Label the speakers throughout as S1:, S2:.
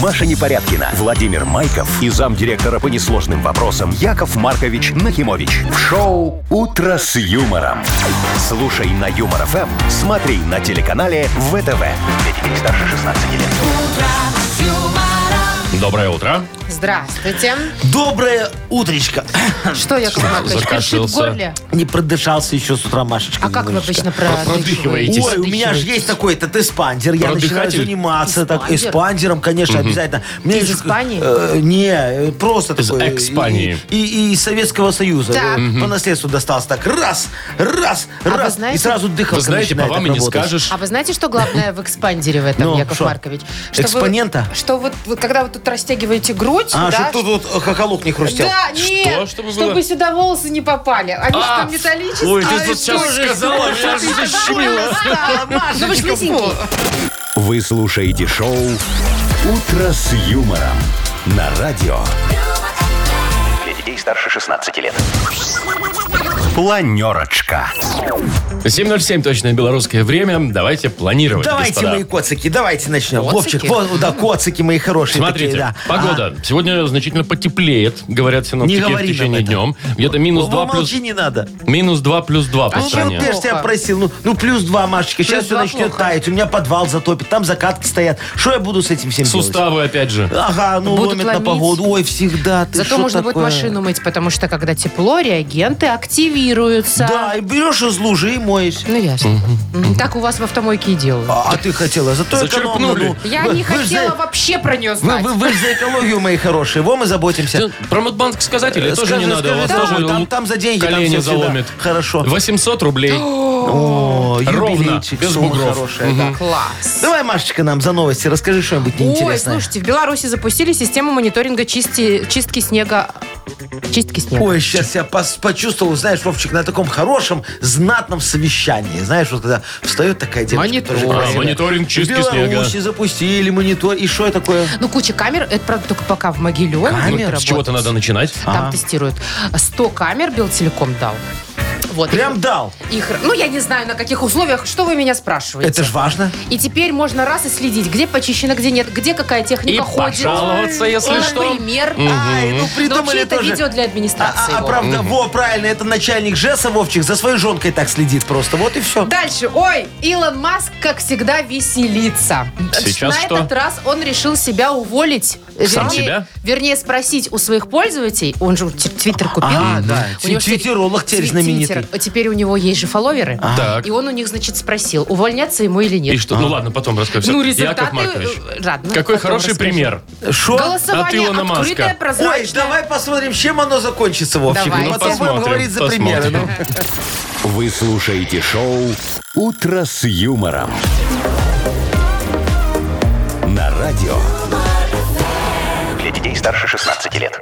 S1: Маша Непорядкина, Владимир Майков и замдиректора по несложным вопросам Яков Маркович Нахимович. В шоу «Утро с юмором». Слушай на Юмор ФМ, смотри на телеканале ВТВ. детей старше 16 лет.
S2: Доброе утро.
S3: Здравствуйте.
S4: Доброе утречко.
S3: Что, Яков Маркович, першит в
S2: закашлялся.
S3: горле?
S4: Не продышался еще с утра, Машечка.
S3: А как вы
S4: немножечко.
S3: обычно продыхиваете?
S2: Продыхиваетесь.
S4: Ой, у меня же есть такой этот эспандер. Я начинаю
S2: Продыхатель?
S4: заниматься так
S3: Эспандер?
S4: эспандером, конечно, обязательно. Мне
S3: Из
S4: еще-
S3: Испании?
S4: Э, не, э, просто
S2: Из
S4: такой, э,
S2: Экспании.
S4: И, и- и из Советского Союза.
S3: Так. А
S4: Э, По наследству достался так. Раз, раз,
S3: вы
S4: раз.
S3: знаете-
S4: и сразу дыхалка
S2: Вы знаете, по
S4: начинает
S2: вам и
S4: так
S2: не
S4: работать.
S2: скажешь.
S3: А вы знаете, что главное в экспандере в этом,
S4: Ну,
S3: Яков
S4: шо?
S3: Маркович? Что вы-
S4: Экспонента?
S3: что вот, вот когда вы тут растягиваете грудь,
S4: А,
S3: да,
S4: чтоб тут вот э, хохолок не хрустел.
S3: Да, нет,
S2: Чтобы
S3: чтобы,
S2: было?
S3: сюда волосы не попали. Они же там металлические.
S2: Ой, ты
S3: А,
S2: тут
S3: что
S2: сейчас
S3: же,
S2: сказала,
S3: что
S2: меня аж
S3: ты такое
S2: защемило.
S3: сказала? Ну вы ж лысенький.
S1: Вы слушаете шоу «Утро с юмором» на радио. Для детей старше 16 лет. Планерочка.
S4: А-
S2: 7.07 точное белорусское время. Давайте планировать,
S4: Давайте,
S2: господа.
S4: мои коцики, давайте начнем.
S3: Коцики?
S4: Вовчик, вот, да, коцики мои хорошие
S2: Смотрите,
S4: такие, да. А.
S2: погода. Сегодня значительно потеплеет, говорят синоптики
S4: Не
S2: в
S4: говори нам
S2: течение
S4: это.
S2: днем. Где-то
S4: А,
S2: минус 2 плюс...
S4: Помолчи, не надо.
S2: Минус 2 плюс 2 по
S3: А
S4: Черт,
S2: стране.
S4: я ж тебя
S3: Плохо.
S4: просил. Ну, ну, плюс два, Машечка. Сейчас все
S3: два
S4: начнет
S3: плохо.
S4: таять. У меня подвал затопит, там закатки стоят. Что я буду с этим всем делать?
S2: Суставы, опять же.
S4: Ага, ну
S3: Будут
S4: ломит на
S3: ломить.
S4: погоду. Ой, всегда ты
S3: Зато
S4: шо
S3: можно будет
S4: такое?
S3: машину мыть, потому что когда тепло, реагенты активируются.
S4: Да, и берешь из лужи и моешь.
S3: Ну ясно. М, Так у вас в автомойке и делают.
S4: А а ты хотела, зато экономно.
S2: Зачерпнули.
S4: ну.
S3: Я
S4: Вы-
S3: не
S4: вы ж
S3: хотела
S4: за- э,
S3: вообще про нее
S4: Вы,
S3: знать.
S4: вы, вы ж за экологию, мои хорошие. Во, мы заботимся.
S2: Про Мудбанк сказать или тоже
S4: Скажи,
S2: не надо? У
S4: скажи,
S2: вас
S4: да,
S2: тоже
S4: там-
S2: л-
S4: там за деньги, там
S2: колени
S4: всё всегда.
S2: заломит.
S4: Хорошо. А,
S2: 800 рублей.
S4: О,
S2: Ровно,
S4: юбилейчик,
S2: без
S4: сумма
S2: бугров.
S4: хорошая. да.
S3: Класс.
S4: Давай, Машечка, нам за новости расскажи что-нибудь
S3: Ой,
S4: неинтересное.
S3: слушайте, в Беларуси запустили систему мониторинга чисти- чистки снега. Чистки снега.
S4: Ой, сейчас я пос- почувствовал, знаешь, Вовчик, на таком хорошем, знатном совещании. Знаешь, вот когда встает такая девочка.
S3: Монитор.
S4: тоже
S3: А,
S4: красивая.
S2: мониторинг чистки
S4: В Беларуси запустили монитор. И что такое?
S3: Ну, куча камер, это правда только пока в Могилеве. будет
S4: Камер? С
S2: Ну, С
S3: работать.
S2: чего-то надо начинать.
S3: Там
S4: А.
S3: тестируют. 100 камер Белтелеком дал. Вот.
S4: Прям
S3: их,
S4: дал.
S3: их- ну, я не знаю, на каких условиях, что вы меня спрашиваете.
S4: Это ж важно.
S3: И теперь можно раз и следить, где почищено, где нет, где какая техника
S2: И
S3: ходит.
S2: пожаловаться, если что.
S3: Например.
S4: Ай, ну
S3: Но вообще
S4: придумали
S3: это
S4: тоже.
S3: видео для
S4: А,
S3: администрации.
S4: а, а,
S3: Вова.
S4: правда, во, правильно, это начальник ЖЭСа, Вовчик, за своей женкой так следит просто. Вот и все.
S3: Дальше. Ой, Илон Маск, как всегда, веселится.
S2: Сейчас
S3: На
S2: что?
S3: этот раз он решил себя уволить.
S2: Сам
S3: вернее,
S2: себя?
S3: Вернее, спросить у своих пользователей. Он же т- твиттер купил.
S4: А, да.
S3: У него
S4: Тв-
S3: теперь-
S4: твиттеролог теперь
S3: Твит-
S4: знаменитый. А.
S3: твиттер. А Теперь у него есть же фолловеры.
S2: Так.
S3: И он у них, значит, спросил, увольняться ему или нет.
S2: И что? Ну ладно, потом расскажу. Всё.
S3: Ну,
S2: Яков
S3: результаты...
S2: Маркович.
S3: э, ладно,
S2: Какой
S3: потом
S2: хороший
S3: расскажу.
S2: пример.
S4: Шо?
S2: От
S3: Голосование
S2: Илона Маска.
S3: открытое, прозрачное.
S4: Ой, давай посмотрим, чем оно закончится, Вовчик.
S3: Давай.
S4: И
S3: Ну,
S4: Потом будем
S2: посмотрим,
S4: говорить за
S2: посмотрим.
S4: примеры. ну.
S1: Вы слушаете шоу «Утро с юмором». На радио. Для детей старше 16 лет.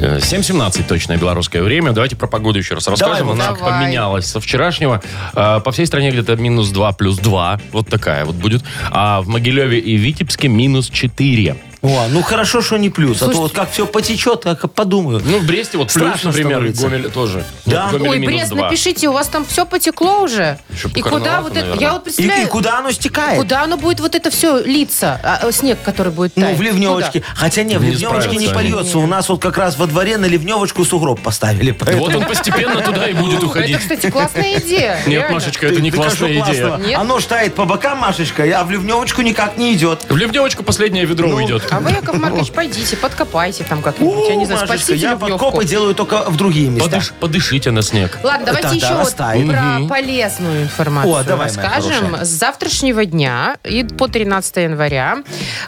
S2: Э, 7.17 точное белорусское время. Давайте про погоду еще раз расскажем.
S4: Давай,
S2: Она
S3: Вов. Давай.
S2: поменялась со вчерашнего. Э, По всей стране где-то минус 2, плюс 2. Вот такая вот будет. А в Могилеве и Витебске минус 4.
S4: О, ну хорошо, что не плюс. А
S3: Слушайте.
S4: то вот как все потечет, я как подумаю.
S2: Ну, в Бресте вот плюс,
S4: Страшно
S2: например, и
S4: становится.
S2: Гомель тоже.
S4: Да?
S2: Вот в Гомеле
S3: Ой,
S2: минус
S3: Брест,
S2: 2.
S3: напишите, у вас там все потекло уже?
S2: Еще по
S3: и куда
S2: карнавалу,
S3: вот это...
S2: наверное.
S3: Я вот
S4: И,
S3: представляю...
S4: и куда оно стекает?
S3: Куда оно будет вот это все литься? А, э, снег, который будет
S4: Ну,
S3: таять?
S4: в ливневочке.
S3: Куда?
S4: Хотя не, в
S2: Не
S4: ливневочке не
S2: справятся
S4: польется. У нас вот как раз во дворе на ливневочку сугроб поставили. поэтому-
S2: Вот он постепенно туда и будет
S3: Ну, Это,
S2: уходить.
S3: кстати, классная идея.
S2: Нет,
S3: реально.
S2: Машечка, это не
S4: Да как же
S2: классная идея.
S4: классно.
S3: Нет?
S4: Оно ж тает по бокам, Машечка, а в ливневочку никак не идет.
S2: В Ливневочку последнее
S4: Ну,
S2: ведро уйдет.
S3: А вы, Яков Маркович, пойдите, подкопайте там как-нибудь. Я не знаю,
S4: Машечка,
S3: спасите
S4: я
S3: Ливневку.
S4: подкопы делаю только в другие места.
S2: Подыш- подышите на снег.
S3: Ладно, давайте
S4: Да,
S3: еще
S4: да,
S3: вот
S4: растает.
S3: про полезную информацию
S4: О, давай, моя
S3: расскажем.
S4: хорошая.
S3: С завтрашнего дня и по 13 января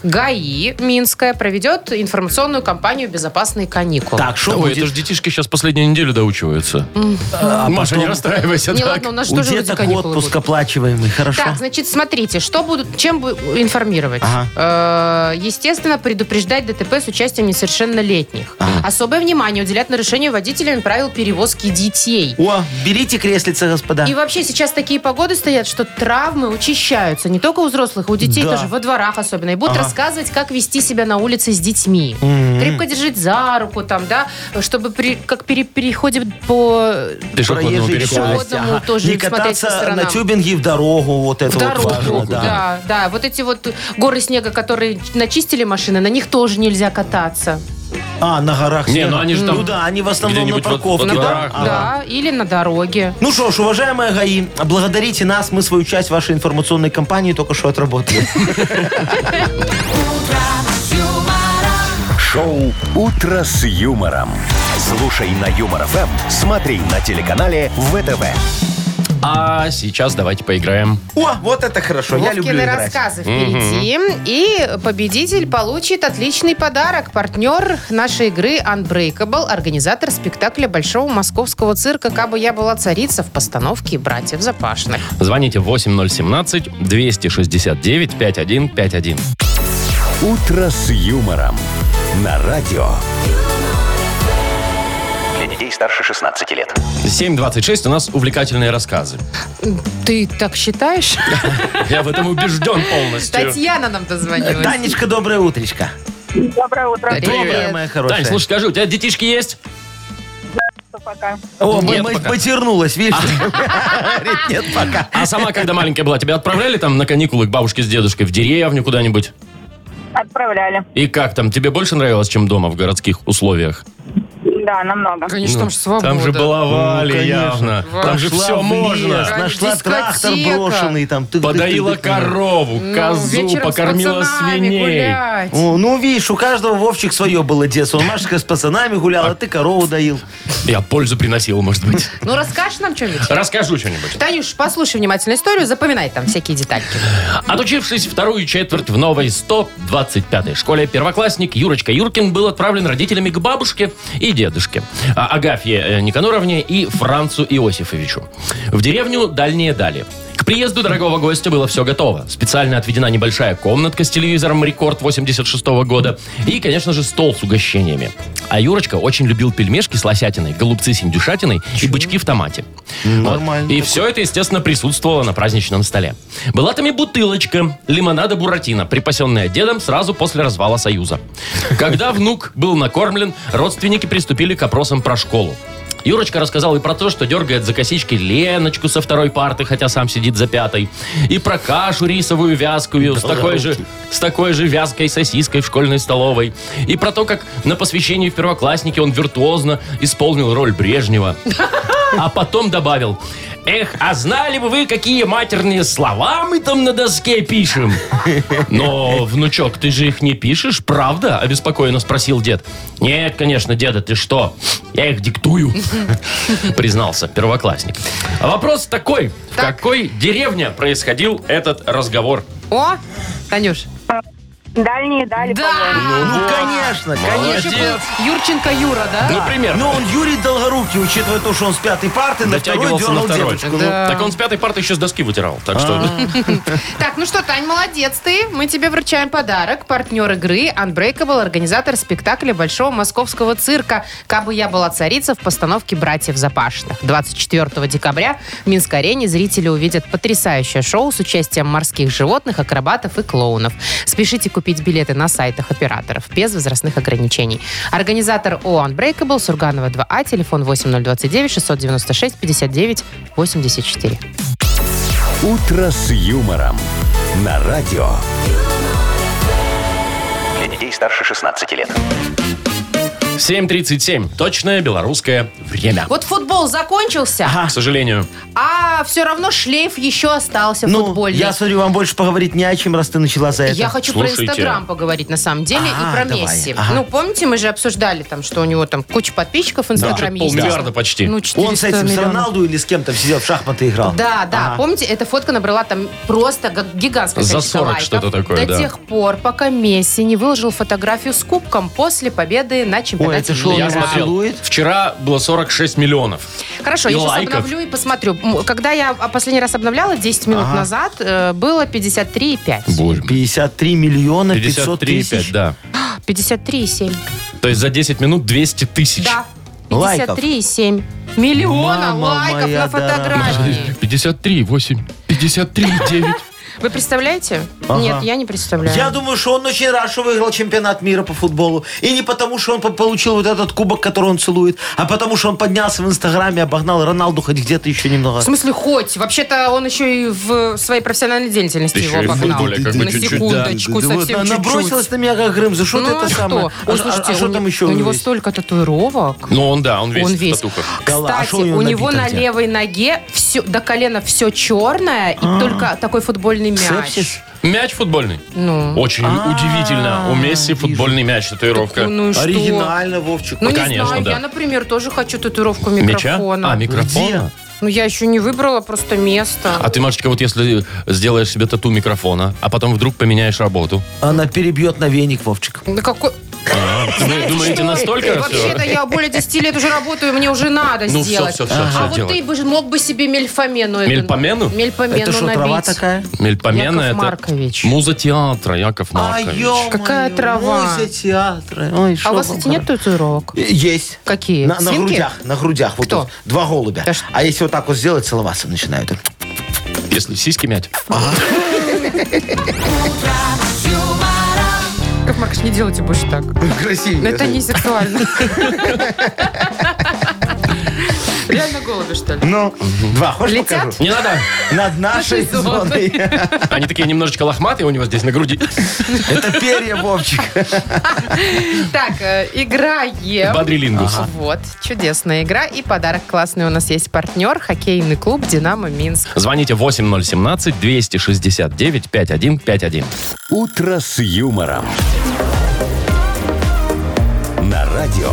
S3: ГАИ Минская проведет информационную кампанию «Безопасные каникулы».
S4: Так, что
S2: Ой, это
S4: будет? А
S2: же детишки сейчас последнюю неделю доучиваются. Маша, не расстраивайся
S3: Не,
S2: так.
S3: Ну, ладно, у нас же
S4: У
S3: тоже вроде
S4: деток
S3: каникулы
S4: отпуск
S3: будут.
S4: оплачиваемый, хорошо?
S3: Так, значит, смотрите, что будут, чем бу- информировать? Э, естественно, предупреждать ДТП с участием несовершеннолетних. Особое внимание уделять нарушению водителями правил перевозки детей.
S4: О, берите креслица, господа.
S3: И вообще сейчас такие погоды стоят, что травмы учащаются. Не только у взрослых, у детей
S4: Да.
S3: тоже, во дворах особенно. И будут
S4: Ага.
S3: рассказывать, как вести себя на улице с детьми. Крепко держать за руку там, да, чтобы при, как при переходе по...
S2: Пешеходного
S4: Проезжей
S2: перехода.
S4: части,
S3: Пешеходному тоже
S4: Не
S3: смотреть по
S4: кататься на
S3: сторонам.
S4: тюбинге в дорогу, вот это
S3: В
S4: вот важно,
S3: дорогу,
S4: да.
S3: да, да. Вот эти вот горы снега, которые начистили машины, на них тоже нельзя кататься.
S4: А, на горах.
S2: Не,
S4: снега.
S2: ну они же там
S4: Ну да, они в основном на
S2: где-нибудь вот-
S4: парковке,
S2: вот
S4: да?
S2: горах,
S4: Ага.
S3: Да, или на дороге.
S4: Ну что ж, уважаемые ГАИ, благодарите нас, мы свою часть вашей информационной кампании только что отработали.
S1: Шоу «Утро с юмором». Слушай на Юмор ФМ, смотри на телеканале ВТВ.
S2: А сейчас давайте поиграем.
S4: О, вот это хорошо, я люблю
S3: Вовкины
S4: играть.
S3: рассказы впереди. И победитель получит отличный подарок. Партнер нашей игры Unbreakable, организатор спектакля Большого московского цирка «Кабы я была царица» в постановке «Братьев Запашных».
S2: Звоните 8017-269-5151.
S1: «Утро с юмором» на радио. Для детей старше 16 лет.
S2: 7.26 у нас увлекательные рассказы.
S3: Ты так считаешь?
S2: Я в этом убежден полностью.
S3: Татьяна нам дозвонилась.
S4: Танечка, доброе утречко.
S5: Доброе утро.
S3: Привет.
S4: Доброе, моя хорошая.
S2: Тань, слушай, скажи, у тебя детишки есть?
S5: Пока.
S4: О,
S2: Нет
S4: мы- мы
S2: пока.
S4: потернулась, видишь? Говорит, Нет пока.
S2: А сама, когда маленькая была, тебя отправляли там на каникулы к бабушке с дедушкой в деревню куда-нибудь?
S5: Отправляли.
S2: И как там? Тебе больше нравилось, чем дома в городских условиях?
S5: Да, намного.
S3: Конечно,
S2: Ну,
S3: там же свобода.
S2: Там же баловали
S4: Ну, конечно.
S2: явно. Там же
S4: Нашла
S2: все
S4: выезд,
S2: можно.
S4: Нашла
S3: Дискотека.
S4: трактор брошенный там. тык-тык-тык-тык.
S2: Подоила корову,
S3: Ну,
S2: козу,
S3: вечером с
S2: покормила
S3: пацанами
S2: свиней.
S3: гулять.
S4: О, ну, видишь, у каждого Вовчик свое было детство. Он Машечка с пацанами гулял, а ты корову доил.
S2: Я пользу приносил, может быть.
S3: Ну, расскажешь нам что-нибудь?
S2: Расскажу что-нибудь.
S3: Танюш, послушай внимательно историю, запоминай там всякие детальки.
S2: Отучившись вторую четверть в новой 125-й школе, первоклассник Юрочка Юркин был отправлен родителями к бабушке и дедушке, а- Агафье э, Никаноровне и Францу Иосифовичу. В деревню дальние дали. К приезду дорогого гостя было все готово. Специально отведена небольшая комнатка с телевизором «Рекорд» 86 года и, конечно же, стол с угощениями. А Юрочка очень любил пельмешки с лосятиной, голубцы с индюшатиной и бычки в томате. Вот.
S4: Нормально.
S2: И все это, естественно, присутствовало на праздничном столе. Была там и бутылочка лимонада Буратино, припасенная дедом сразу после развала Союза. Когда внук был накормлен, родственники приступили к опросам про школу. Юрочка рассказал и про то, что дергает за косички Леночку со второй парты, хотя сам сидит за пятой. И про кашу рисовую вязкую с такой же с такой же вязкой сосиской в школьной столовой. И про то, как на посвящении в первокласснике он виртуозно исполнил роль Брежнева. А потом добавил, эх, а знали бы вы, какие матерные слова мы там на доске пишем? Но, внучок, ты же их не пишешь, правда? Обеспокоенно спросил дед. Нет, конечно, деда, ты что? Я их диктую, признался первоклассник. А вопрос такой, в
S3: Так.
S2: какой деревне происходил этот разговор?
S3: О, Танюш.
S5: Дальние дали, по-моему.
S4: Ну, конечно,
S3: Танюша
S4: конечно.
S2: молодец.
S3: был Юрченко Юра, да?
S2: Например.
S4: Ну, он Юрий Долгорукий, учитывая то, что он с пятой парты, на второй
S2: Дотягивался на
S4: дернул
S2: второй.
S4: девочку. Ну,
S3: Да. А.
S2: Так он с пятой парты еще с доски вытирал. Так что
S3: Так, ну что, Тань, молодец ты. Мы тебе вручаем подарок. Партнер игры Unbreakable, организатор спектакля Большого московского цирка «Кабы я была царица» в постановке «Братьев Запашных». 24 декабря в Минской арене зрители увидят потрясающее шоу с участием морских животных, акробатов и клоунов. Спешите купить билеты на сайтах операторов без возрастных ограничений. Организатор ООО Unbreakable, Сурганова 2А, телефон 8029 696 59 84.
S1: «Утро с юмором» на радио.
S6: Для детей старше 16 лет.
S2: 7.37. Точное белорусское время.
S3: Вот футбол закончился,
S2: К сожалению.
S3: а все равно шлейф еще остался
S4: ну,
S3: футбольный.
S4: я смотрю, вам больше поговорить не о чем, раз ты начала за это.
S3: Я хочу
S2: Слушайте.
S3: про Инстаграм поговорить на самом деле
S4: А,
S3: и про
S4: давай.
S3: Месси.
S4: Ага.
S3: Ну, помните, мы же обсуждали там, что у него там куча подписчиков в Инстаграме есть.
S2: Полмиллиарда почти.
S3: Ну, 400
S4: Он с этим, с
S3: миллионов.
S4: Роналду или с кем там сидел, в шахматы играл.
S3: Да, да,
S4: Ага.
S3: помните, эта фотка набрала там просто как гигантское
S2: За
S3: количество
S2: 40
S3: лайков.
S2: что-то такое,
S3: До
S2: да.
S3: тех пор, пока Месси не выложил фотографию с кубком после победы на чемпионате
S4: это шо,
S3: мира.
S2: Я
S4: Его
S2: смотрел.
S4: целует?
S2: Вчера было 46 миллионов.
S3: Хорошо,
S2: И
S3: я сейчас
S2: лайков.
S3: обновлю и посмотрю. М, Когда я а, последний раз обновляла, 10 минут назад, э, было 53,5.
S2: Боже.
S4: 53 миллиона 500
S2: 53,5,
S4: тысяч.
S2: да.
S3: 53,7.
S2: То есть за 10 минут 200 тысяч.
S3: Да.
S4: Лайков.
S3: 53,7 миллиона
S4: Мама
S3: лайков
S4: моя
S3: на фотографии.
S2: 53, 8, 53, 9.
S3: Вы представляете?
S4: Ага.
S3: Нет, я не представляю.
S4: Я думаю, что он очень рад, что выиграл чемпионат мира по футболу. И не потому, что он по- получил вот этот кубок, который он целует, а потому, что он поднялся в Инстаграме, обогнал Роналду хоть где-то еще немного.
S3: В смысле, хоть. Вообще-то он еще и в своей профессиональной деятельности
S2: Еще и в
S3: его обогнал.
S2: футболе как бы
S3: На
S2: чуть-чуть,
S3: секундочку,
S4: Да вот
S3: совсем
S4: Она
S3: чуть-чуть.
S4: бросилась на меня, как Грым, за что ты
S3: а
S4: это
S3: что?
S4: самое?
S3: Ой,
S4: А- а-
S3: слушайте,
S4: а что
S3: у
S4: там
S3: не-
S4: еще
S3: У него
S4: есть?
S3: столько татуировок.
S2: Ну, он, да, он весь
S3: Он
S2: в
S3: весь.
S2: татухах.
S4: Да ладно, а
S3: Кстати,
S4: что у
S3: у,
S4: него набито
S3: него на
S4: где?
S3: левой ноге все, до колена все черное, и только такой футбольный мяч.
S4: А. Сепсис?
S2: Мяч футбольный.
S3: Ну.
S2: Очень удивительно. У Месси футбольный мяч, татуировка.
S3: Ну и что?
S4: Оригинально, Вовчик.
S3: Ну,
S2: Ну,
S3: не
S2: конечно,
S3: знаю,
S2: да.
S3: я, например, тоже хочу татуировку
S2: Мяча?
S3: микрофона.
S2: А, микрофона?
S4: Где?
S3: Ну, я еще не выбрала просто место.
S2: А ты, Машечка, вот если сделаешь себе тату микрофона, а потом вдруг поменяешь работу.
S4: Она перебьет на веник, Вовчик.
S2: А
S3: Да какой...
S2: Вы думаете,
S3: Что?
S2: настолько все?
S3: Вообще-то я более 10 лет уже работаю, мне уже надо
S2: Э, Ну, все,
S3: сделать.
S2: все, все,
S3: а
S2: все
S3: вот
S2: делать.
S3: ты бы ж- мог бы себе мельфомену. эту-
S2: Мельпомену?
S3: Мельпомену
S4: Это что,
S3: набить.
S4: трава такая?
S2: Мельпомена
S3: Яков
S2: это
S3: Маркович.
S2: муза театра, Яков Маркович.
S4: А, ё-моё,
S3: Какая трава?
S4: Музя театра. Ой,
S3: А
S4: шо
S3: у вас,
S4: вам
S3: кстати, нет
S4: хорошо.
S3: татуировок?
S4: Есть.
S3: Какие?
S4: На, на
S3: Свинки?
S4: грудях, на грудях. Вот
S3: Кто?
S4: тут два голубя.
S3: Да что-
S4: А если вот так вот сделать, целоваться начинают.
S2: Если сиськи мять.
S3: Как, Маркович, не делайте больше так.
S4: Красивее.
S3: Это не сексуально. Реально голуби, что ли?
S4: Ну, два, хочешь
S3: Летят?
S4: покажу?
S2: Не надо.
S4: Над нашей
S3: Нашей зоной.
S4: зоной.
S2: Они такие немножечко лохматые у него здесь на груди.
S4: Это перья, Вовчик.
S3: Так, э, играем.
S2: Бадрилингус.
S3: Вот, чудесная игра. И подарок классный у нас есть партнер. Хоккейный клуб «Динамо Минск».
S2: Звоните 8017-269-5151.
S1: «Утро с юмором». На радио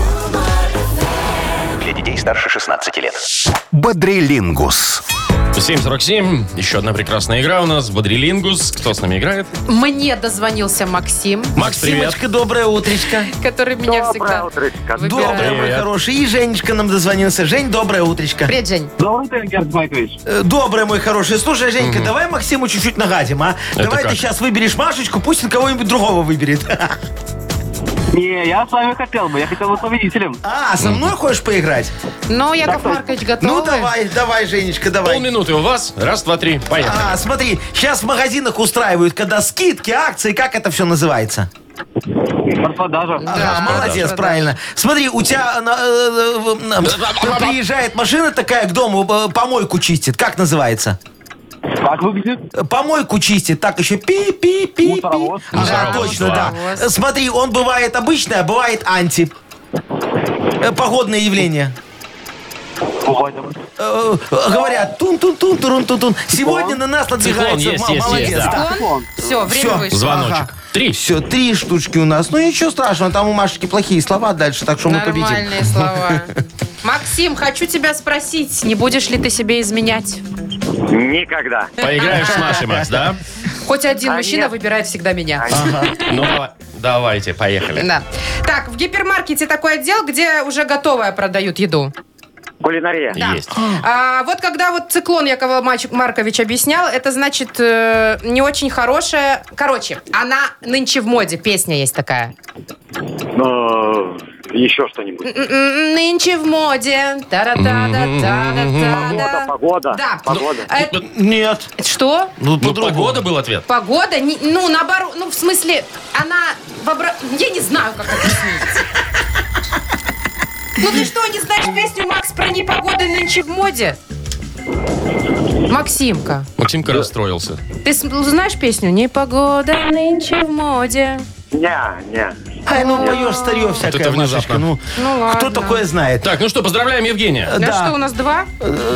S6: Для детей старше 16 лет.
S1: «Бодрилингус».
S2: 747. Еще одна прекрасная игра у нас. Бодрилингус. Кто с нами играет?
S3: Мне дозвонился Максим,
S2: Макс, привет.
S4: доброе утречко.
S3: который меня всегда
S4: Доброе,
S3: выбирает.
S4: мой
S2: Привет.
S4: хороший. И Женечка нам дозвонился. Жень, доброе утречко.
S3: Привет, Жень.
S7: Добрый день, Яков Маркович.
S4: Э, Доброе, мой хороший. Слушай, Женька, давай Максиму чуть-чуть нагадим, а?
S2: Это
S4: давай
S2: как?
S4: ты сейчас выберешь Машечку, пусть он кого-нибудь другого выберет.
S7: Не, я с вами хотел бы, я хотел быть победителем.
S4: А, со мной хочешь поиграть?
S3: Ну, Яков Маркович, готовы?
S4: Ну, давай, давай, Женечка, давай.
S2: Полминуты у вас. Раз, два, три. Поехали.
S4: А, смотри, сейчас в магазинах устраивают, когда скидки, акции, как это все называется?
S7: Распродажа.
S4: Ага, молодец,
S3: Да-да.
S4: правильно. Смотри, у тебя на- э, в- на- приезжает машина такая к дому, э, помойку чистит. Как называется?
S7: Как выглядит?
S4: Э, Помойку чистит, так еще пи-пи-пи.
S7: Мусоровоз.
S4: Да,
S2: Мусоровоз,
S4: точно,
S2: да.
S4: да. Э, Смотри, он бывает обычный, а бывает анти. Э, Погодное явление.
S7: Уходим.
S4: Э, э, Говорят, тун-тун-тун, турун-тун-тун. Сегодня на нас надвигается.
S2: есть,
S4: М-
S2: есть,
S4: Молодец,
S2: есть,
S4: да.
S3: Клон? Все, время
S4: Всё.
S3: вышло.
S2: Звоночек.
S4: Ага.
S2: Три.
S4: Все, три штучки у нас. Ну ничего страшного, там у Машечки плохие слова дальше, так что мы победим.
S3: Нормальные слова. Максим, хочу тебя спросить, не будешь ли ты себе изменять?
S8: Никогда.
S2: Поиграешь с Машей, Макс, да?
S3: Хоть один
S4: А
S3: мужчина выбирает всегда меня.
S2: Ну, давай- давайте, поехали.
S3: Да. Так, в гипермаркете такой отдел, где уже готовое продают еду.
S8: Кулинария.
S2: Есть.
S3: А, вот когда вот циклон Якова Мач- Маркович объяснял, это значит э, не очень хорошая. Короче, она нынче в моде. Песня есть такая.
S8: Но еще что-нибудь.
S3: М-м, Нынче в моде.
S8: Погода,
S3: Та-ра-та-да-та-да-да.
S8: погода.
S3: Да.
S8: Погода.
S3: А это-
S4: Нет.
S3: Что?
S4: Ну,
S2: Ну,
S4: по-другому.
S2: погода был ответ.
S3: Погода? Не- Ну, наоборот, ну, в смысле, она... в обра- Я не знаю, как объяснить. Ну ты что, не знаешь песню, Макс, про непогоду нынче в моде? Максимка,
S2: Максимка расстроился.
S3: ты с- знаешь песню «Непогода нынче в моде»?
S8: Не, не.
S4: Ай, ну поешь старье всякое,
S2: это А
S4: Машечка,
S2: внезапно.
S4: Ну,
S3: Ну ладно.
S4: кто такое знает?
S2: Так, ну что, поздравляем Евгения.
S3: Да.
S4: Да.
S3: что, у нас два?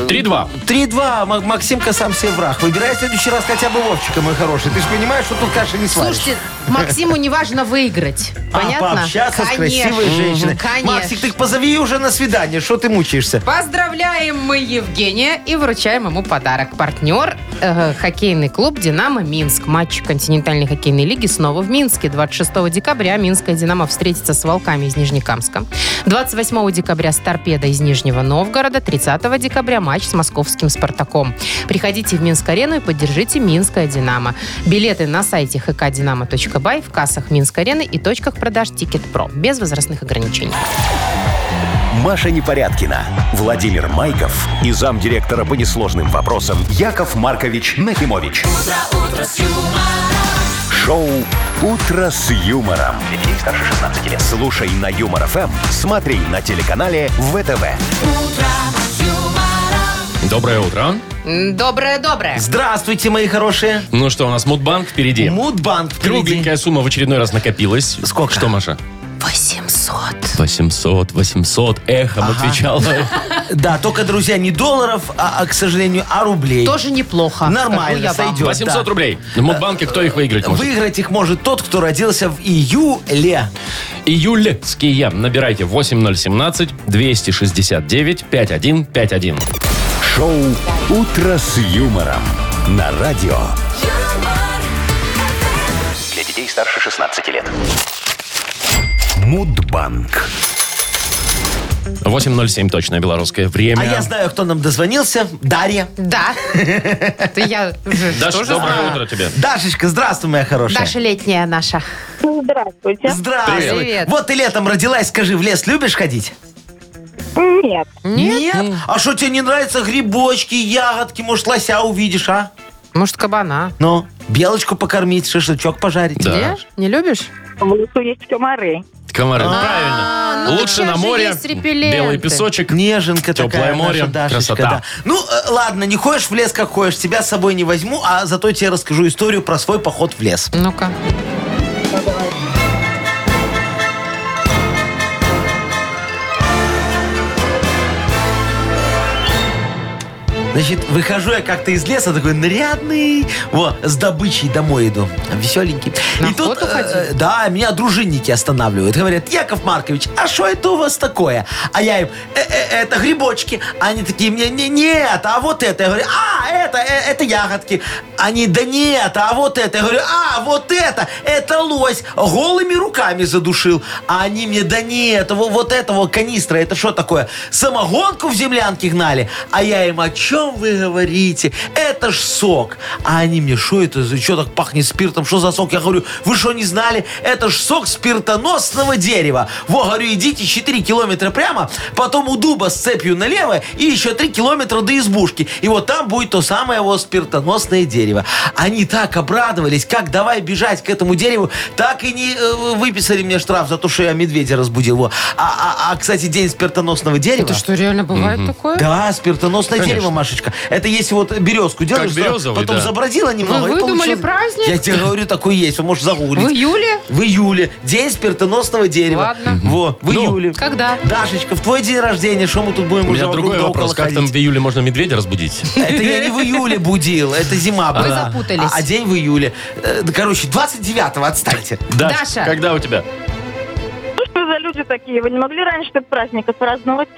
S2: 3-2.
S4: 3-2, М- Максимка сам себе враг. Выбирай в следующий раз хотя бы Вовчика, мой хороший. Ты же понимаешь, что тут каши не сваришь.
S3: Слушайте, Максиму не важно выиграть.
S4: а
S3: Понятно?
S4: пообщаться с красивой
S3: Конечно.
S4: женщиной.
S3: Конечно.
S4: Максик, ты их позови уже на свидание, что ты мучаешься?
S3: Поздравляем мы Евгения и вручаем ему подарок. Партнер э, хоккейный клуб «Динамо Минск». Матч континентальной хоккейной лиги снова в Минске. 26 декабря Минская «Динамо» встретится с «Волками» из Нижнекамска. 28 декабря с «Торпедо» из Нижнего Новгорода. 30 декабря матч с московским «Спартаком». Приходите в Минск-арену и поддержите «Минское Динамо». Билеты на сайте hkdinamo.by, в кассах Минск-арены и точках продаж «Тикет.Про». Без возрастных ограничений.
S1: Маша Непорядкина, Владимир Майков и замдиректора по несложным вопросам Яков Маркович Нахимович. Шоу Утро с юмором.
S6: Для детей старше 16 лет.
S1: Слушай на Юмор ФМ, смотри на телеканале ВТВ.
S2: Доброе утро.
S3: М, Доброе-доброе.
S4: Здравствуйте, мои хорошие.
S2: Ну что, у нас Мудбанк впереди.
S4: Мудбанк впереди.
S2: Кругленькая сумма в очередной раз накопилась.
S4: Сколько?
S2: Что, Маша?
S3: 800.
S2: 800, 800. Эхом отвечала.
S4: Да, только, друзья, не долларов, а, а, к сожалению, а рублей.
S3: Тоже неплохо. Скажу
S4: Нормально,
S3: я вам.
S4: сойдет.
S2: 800
S4: да.
S2: рублей. В Мудбанке кто их выиграть может?
S4: Выиграть их может тот, кто родился в июле.
S2: Июльские. Набирайте 8017-269-5151.
S1: Шоу Утро с юмором на радио.
S6: Для детей старше 16 лет.
S1: Мудбанк.
S2: 8.07 точное белорусское время.
S4: А я знаю, кто нам дозвонился. Дарья.
S3: Да. Это я уже
S2: Даша,
S3: тоже
S2: доброе
S3: знаю.
S2: утро тебе.
S4: Дашечка, здравствуй, моя хорошая.
S3: Даша летняя наша.
S5: Ну, Здравствуйте.
S4: Здравствуй.
S3: Привет.
S4: Вот ты летом родилась, скажи, в лес любишь ходить?
S5: Нет.
S4: Нет? А что, тебе не нравятся грибочки, ягодки? Может, лося увидишь, а?
S3: Может, кабана?
S4: Ну, белочку покормить, шашлычок пожарить.
S2: Да.
S3: Нет? Не любишь?
S5: В лесу есть комары.
S2: Комары,
S3: А,
S2: правильно.
S3: ну так
S2: Лучше
S3: сейчас
S2: на
S3: же
S2: море.
S3: есть репелленты.
S2: Белый песочек.
S4: Неженка
S2: Теплое
S4: такая наша
S2: море,
S4: Дашечка,
S2: красота.
S4: да. Ну, э, ладно, не ходишь в лес, как ходишь. Тебя с собой не возьму, а зато тебе расскажу историю про свой поход в лес.
S3: Ну-ка.
S4: Значит, выхожу я как-то из леса, такой нарядный, вот, с добычей домой иду, веселенький.
S3: На
S4: и тут, э,
S3: охоту ходил?
S4: да, меня дружинники останавливают, говорят, Яков Маркович, а что это у вас такое? А я им, «Э, э, это грибочки. Они такие, мне, не, нет, а вот это. Я говорю, а, это, э, это ягодки. Они, да нет, а вот это. Я говорю, а, вот это, это лось, голыми руками задушил. А они мне, да нет, во- вот этого канистра, это что такое? Самогонку в землянке гнали. А я им, о чем вы говорите? Это ж сок. А они мне, что это, за- что так пахнет спиртом, что за сок? Я говорю, вы что не знали? Это ж сок спиртоносного дерева. Во, говорю, идите 4 километра прямо, потом у дуба с цепью налево и еще 3 километра до избушки. И вот там будет то самое вот спиртоносное дерево. Они так обрадовались, как давай бежать к этому дереву, так и не э, выписали мне штраф за то, что я медведя разбудил. Во. А, а- а, кстати, день спиртоносного дерева...
S3: Это что, реально бывает такое?
S4: Да, спиртоносное
S2: Конечно.
S4: дерево, Машечка. Это если вот березку делаешь, да,
S2: березовый,
S4: потом
S2: да.
S4: забродила немного
S3: Вы
S4: и
S3: выдумали
S4: получилось-
S3: праздник?
S4: Я тебе говорю, такой есть, вы можешь
S3: В
S4: загуглить.
S3: июле?
S4: В июле. День спиртоносного дерева.
S3: Ладно.
S4: Во, в
S2: Ну,
S4: июле.
S3: когда?
S4: Дашечка, в твой день рождения, что мы тут будем
S2: У
S4: уже
S2: меня
S4: вокруг
S2: другой
S4: да
S2: вопрос.
S4: около
S2: Как там в
S4: ходить?
S2: июле можно медведя разбудить?
S4: Это я не в июле будил, это зима была.
S3: запутались.
S4: А, а день в июле. Э, да, Короче, 29-го отстаньте.
S2: Даш,
S3: Даша.
S2: когда у тебя?
S5: Ну что за люди такие? Вы не могли раньше этот праздник отпраздновать?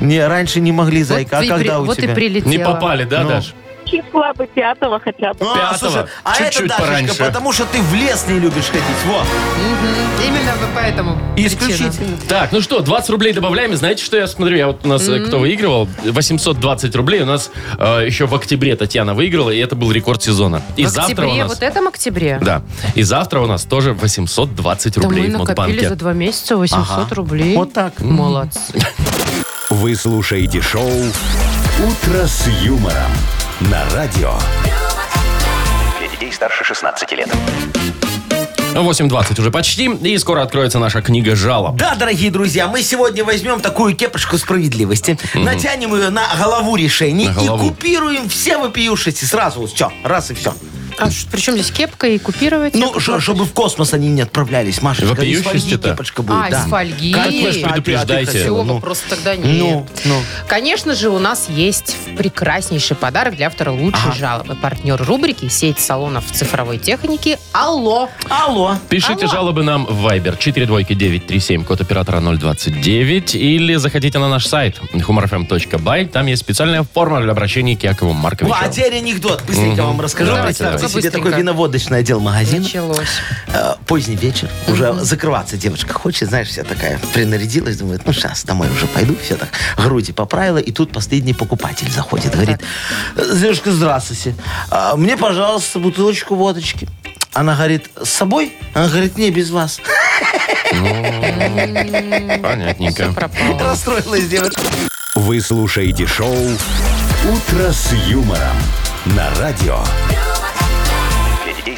S4: Не, раньше не могли,
S3: Вот
S4: зайка.
S3: ты и
S4: а
S3: при-
S4: когда у
S3: вот
S4: тебя?
S3: и прилетела.
S2: Не попали, да,
S4: Ну.
S2: Даш?
S5: Числа бы пятого хотя бы.
S4: А,
S2: Пятого.
S4: слушай, а это,
S2: Чуть-чуть
S4: Дашечка,
S2: пораньше.
S4: потому что ты в лес не любишь ходить. Во.
S3: Мгм, Именно поэтому. причина.
S4: Исключительно.
S2: Так, ну что, 20 рублей добавляем. И Знаете, что я смотрю? Я вот у нас, э, кто выигрывал, 820 рублей у нас э, еще в октябре Татьяна выиграла, и это был рекорд сезона. И
S3: в
S2: завтра у
S3: октябре,
S2: нас...
S3: вот этом октябре.
S2: Да. И завтра у нас тоже 820
S3: Да
S2: рублей
S3: мы
S2: в
S3: накопили
S2: Мудбанке.
S3: за два месяца 800 рублей.
S4: Вот так.
S3: Молодцы.
S1: Вы слушаете шоу Утро с юмором на радио.
S6: Для детей старше 16 лет.
S2: 8.20 уже почти, и скоро откроется наша книга жалоб.
S4: Да, дорогие друзья, мы сегодня возьмем такую кепочку справедливости, натянем ее на голову решений
S2: На голову.
S4: и купируем все вопиюшисти сразу. Все, раз и все.
S3: А ш- при чем здесь кепка и купировать?
S4: Ну, шо- чтобы в космос они не отправлялись, Маша.
S2: Вопиющести-то?
S4: кепочка будет,
S3: А, из
S4: да.
S3: фольги.
S4: Конечно,
S2: Как вы
S4: а ты-
S2: ж
S4: а ты
S2: предупреждаете?
S3: Все,
S4: хотела, ну.
S3: просто тогда нет.
S4: Ну, ну.
S3: Конечно же, у нас есть прекраснейший подарок для автора лучшей жалобы. Партнер рубрики «Сеть салонов цифровой техники». Алло!
S4: Алло.
S2: Пишите жалобы нам в Viber 42937, код оператора 029, или заходите на наш сайт humorfm.by, там есть специальная форма для обращения к Якову Марковичу.
S4: Во, а теперь анекдот быстренько вам расскажу.
S2: Давайте,
S4: Представьте
S3: давайте.
S4: себе такой
S3: Быстренько.
S4: виноводочный отдел магазина.
S3: Началось.
S4: Э, Поздний вечер, уже закрываться девочка хочет, знаешь, вся такая принарядилась, думает, ну сейчас домой уже пойду, все так, груди поправила, и тут последний покупатель заходит, говорит, «Э, девушка, здравствуйте, А, мне, пожалуйста, бутылочку водочки. Она говорит, с собой? Она говорит, не, без вас.
S2: Понятненько.
S3: Пропал.
S4: Расстроилась девочка.
S1: Вы слушаете шоу «Утро с юмором» на радио.
S6: Для детей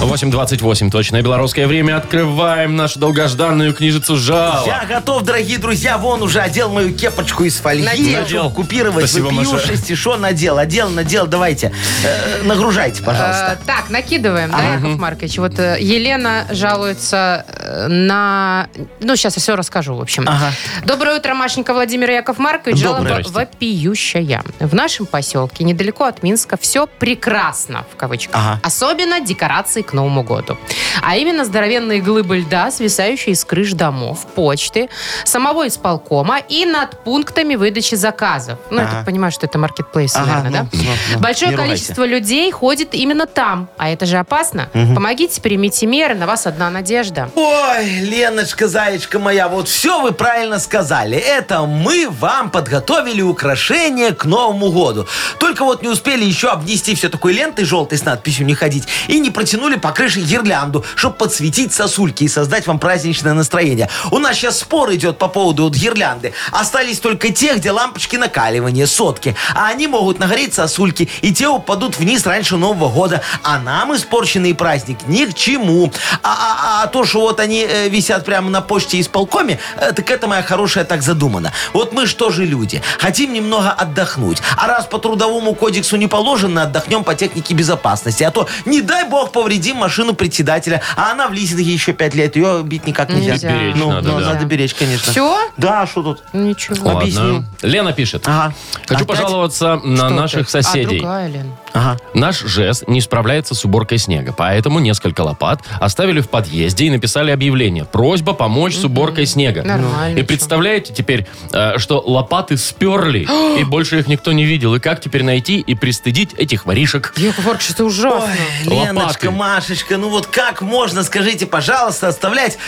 S2: 8.28, точное белорусское время. Открываем нашу долгожданную книжицу жалоб.
S4: Я готов, дорогие друзья, вон уже одел мою кепочку из фольги.
S3: Надел.
S2: Надел.
S4: чтобы Купировать
S2: Спасибо,
S4: вопиюшесть и шо надел. Одел, надел, давайте. Э, нагружайте,
S3: Э,
S4: пожалуйста.
S3: Так, накидываем, да, Яков Маркович? Вот э, Елена жалуется э, на... Ну, сейчас я все расскажу, в общем.
S4: Ага.
S3: Доброе утро, Машенька Владимир Яков Маркович.
S4: Доброе.
S3: Жалоба
S2: Здрасте.
S3: вопиющая. В нашем поселке, недалеко от Минска, все прекрасно, в кавычках.
S4: Ага.
S3: Особенно декорации к Новому году. А именно здоровенные глыбы льда, свисающие с крыш домов, почты, самого исполкома и над пунктами выдачи заказов. Ну, я
S4: Ага.
S3: так понимаю, что это маркетплейс,
S4: Ага,
S3: наверное, да?
S4: ну, ну, ну,
S3: Большое
S4: не ругайся.
S3: количество людей ходит именно там, а это же опасно. Помогите, примите меры, на вас одна надежда.
S4: Ой, Леночка, зайчка моя, вот все вы правильно сказали. Это мы вам подготовили украшения к Новому году. Только вот не успели еще обнести все такой лентой желтой с надписью «Не ходить» и не протянули по крыше гирлянду, чтобы подсветить сосульки и создать вам праздничное настроение. У нас сейчас спор идет по поводу вот гирлянды. Остались только те, где лампочки накаливания, сотки. А они могут нагореть сосульки, и те упадут вниз раньше Нового года. А нам испорченный праздник ни к чему. А, а- а то, что вот они э, висят прямо на почте исполкоме, э, так это моя хорошая так задумано. Вот мы что же люди? Хотим немного отдохнуть. А раз по трудовому кодексу не положено, отдохнем по технике безопасности. А то, не дай бог, повредим машину председателя, а она в лизинге еще пять лет. Ее бить никак нельзя.
S3: Нельзя. Беречь
S4: Ну,
S2: надо,
S4: ну,
S2: да.
S4: надо беречь, конечно.
S3: Все?
S4: Да, а что тут?
S3: Ну, Ничего.
S2: Ладно.
S4: Объясню.
S2: Лена пишет.
S4: Ага.
S2: Хочу
S4: Опять?
S2: пожаловаться на
S3: Что
S2: наших
S3: ты? А
S2: соседей.
S3: другая, Лен.
S4: Ага.
S2: Наш ЖЭС не справляется с уборкой снега, поэтому несколько лопат оставили в подъезде и написали объявление. Просьба помочь с уборкой снега.
S3: Нормально
S2: И
S3: всё.
S2: представляете теперь, э, что лопаты сперли, и больше их никто не видел. И как теперь найти и пристыдить этих воришек?
S3: Яков Маркович, это ужасно.
S4: Ой,
S2: Лопаты.
S4: Леночка, Машечка, ну вот как можно, скажите, пожалуйста, оставлять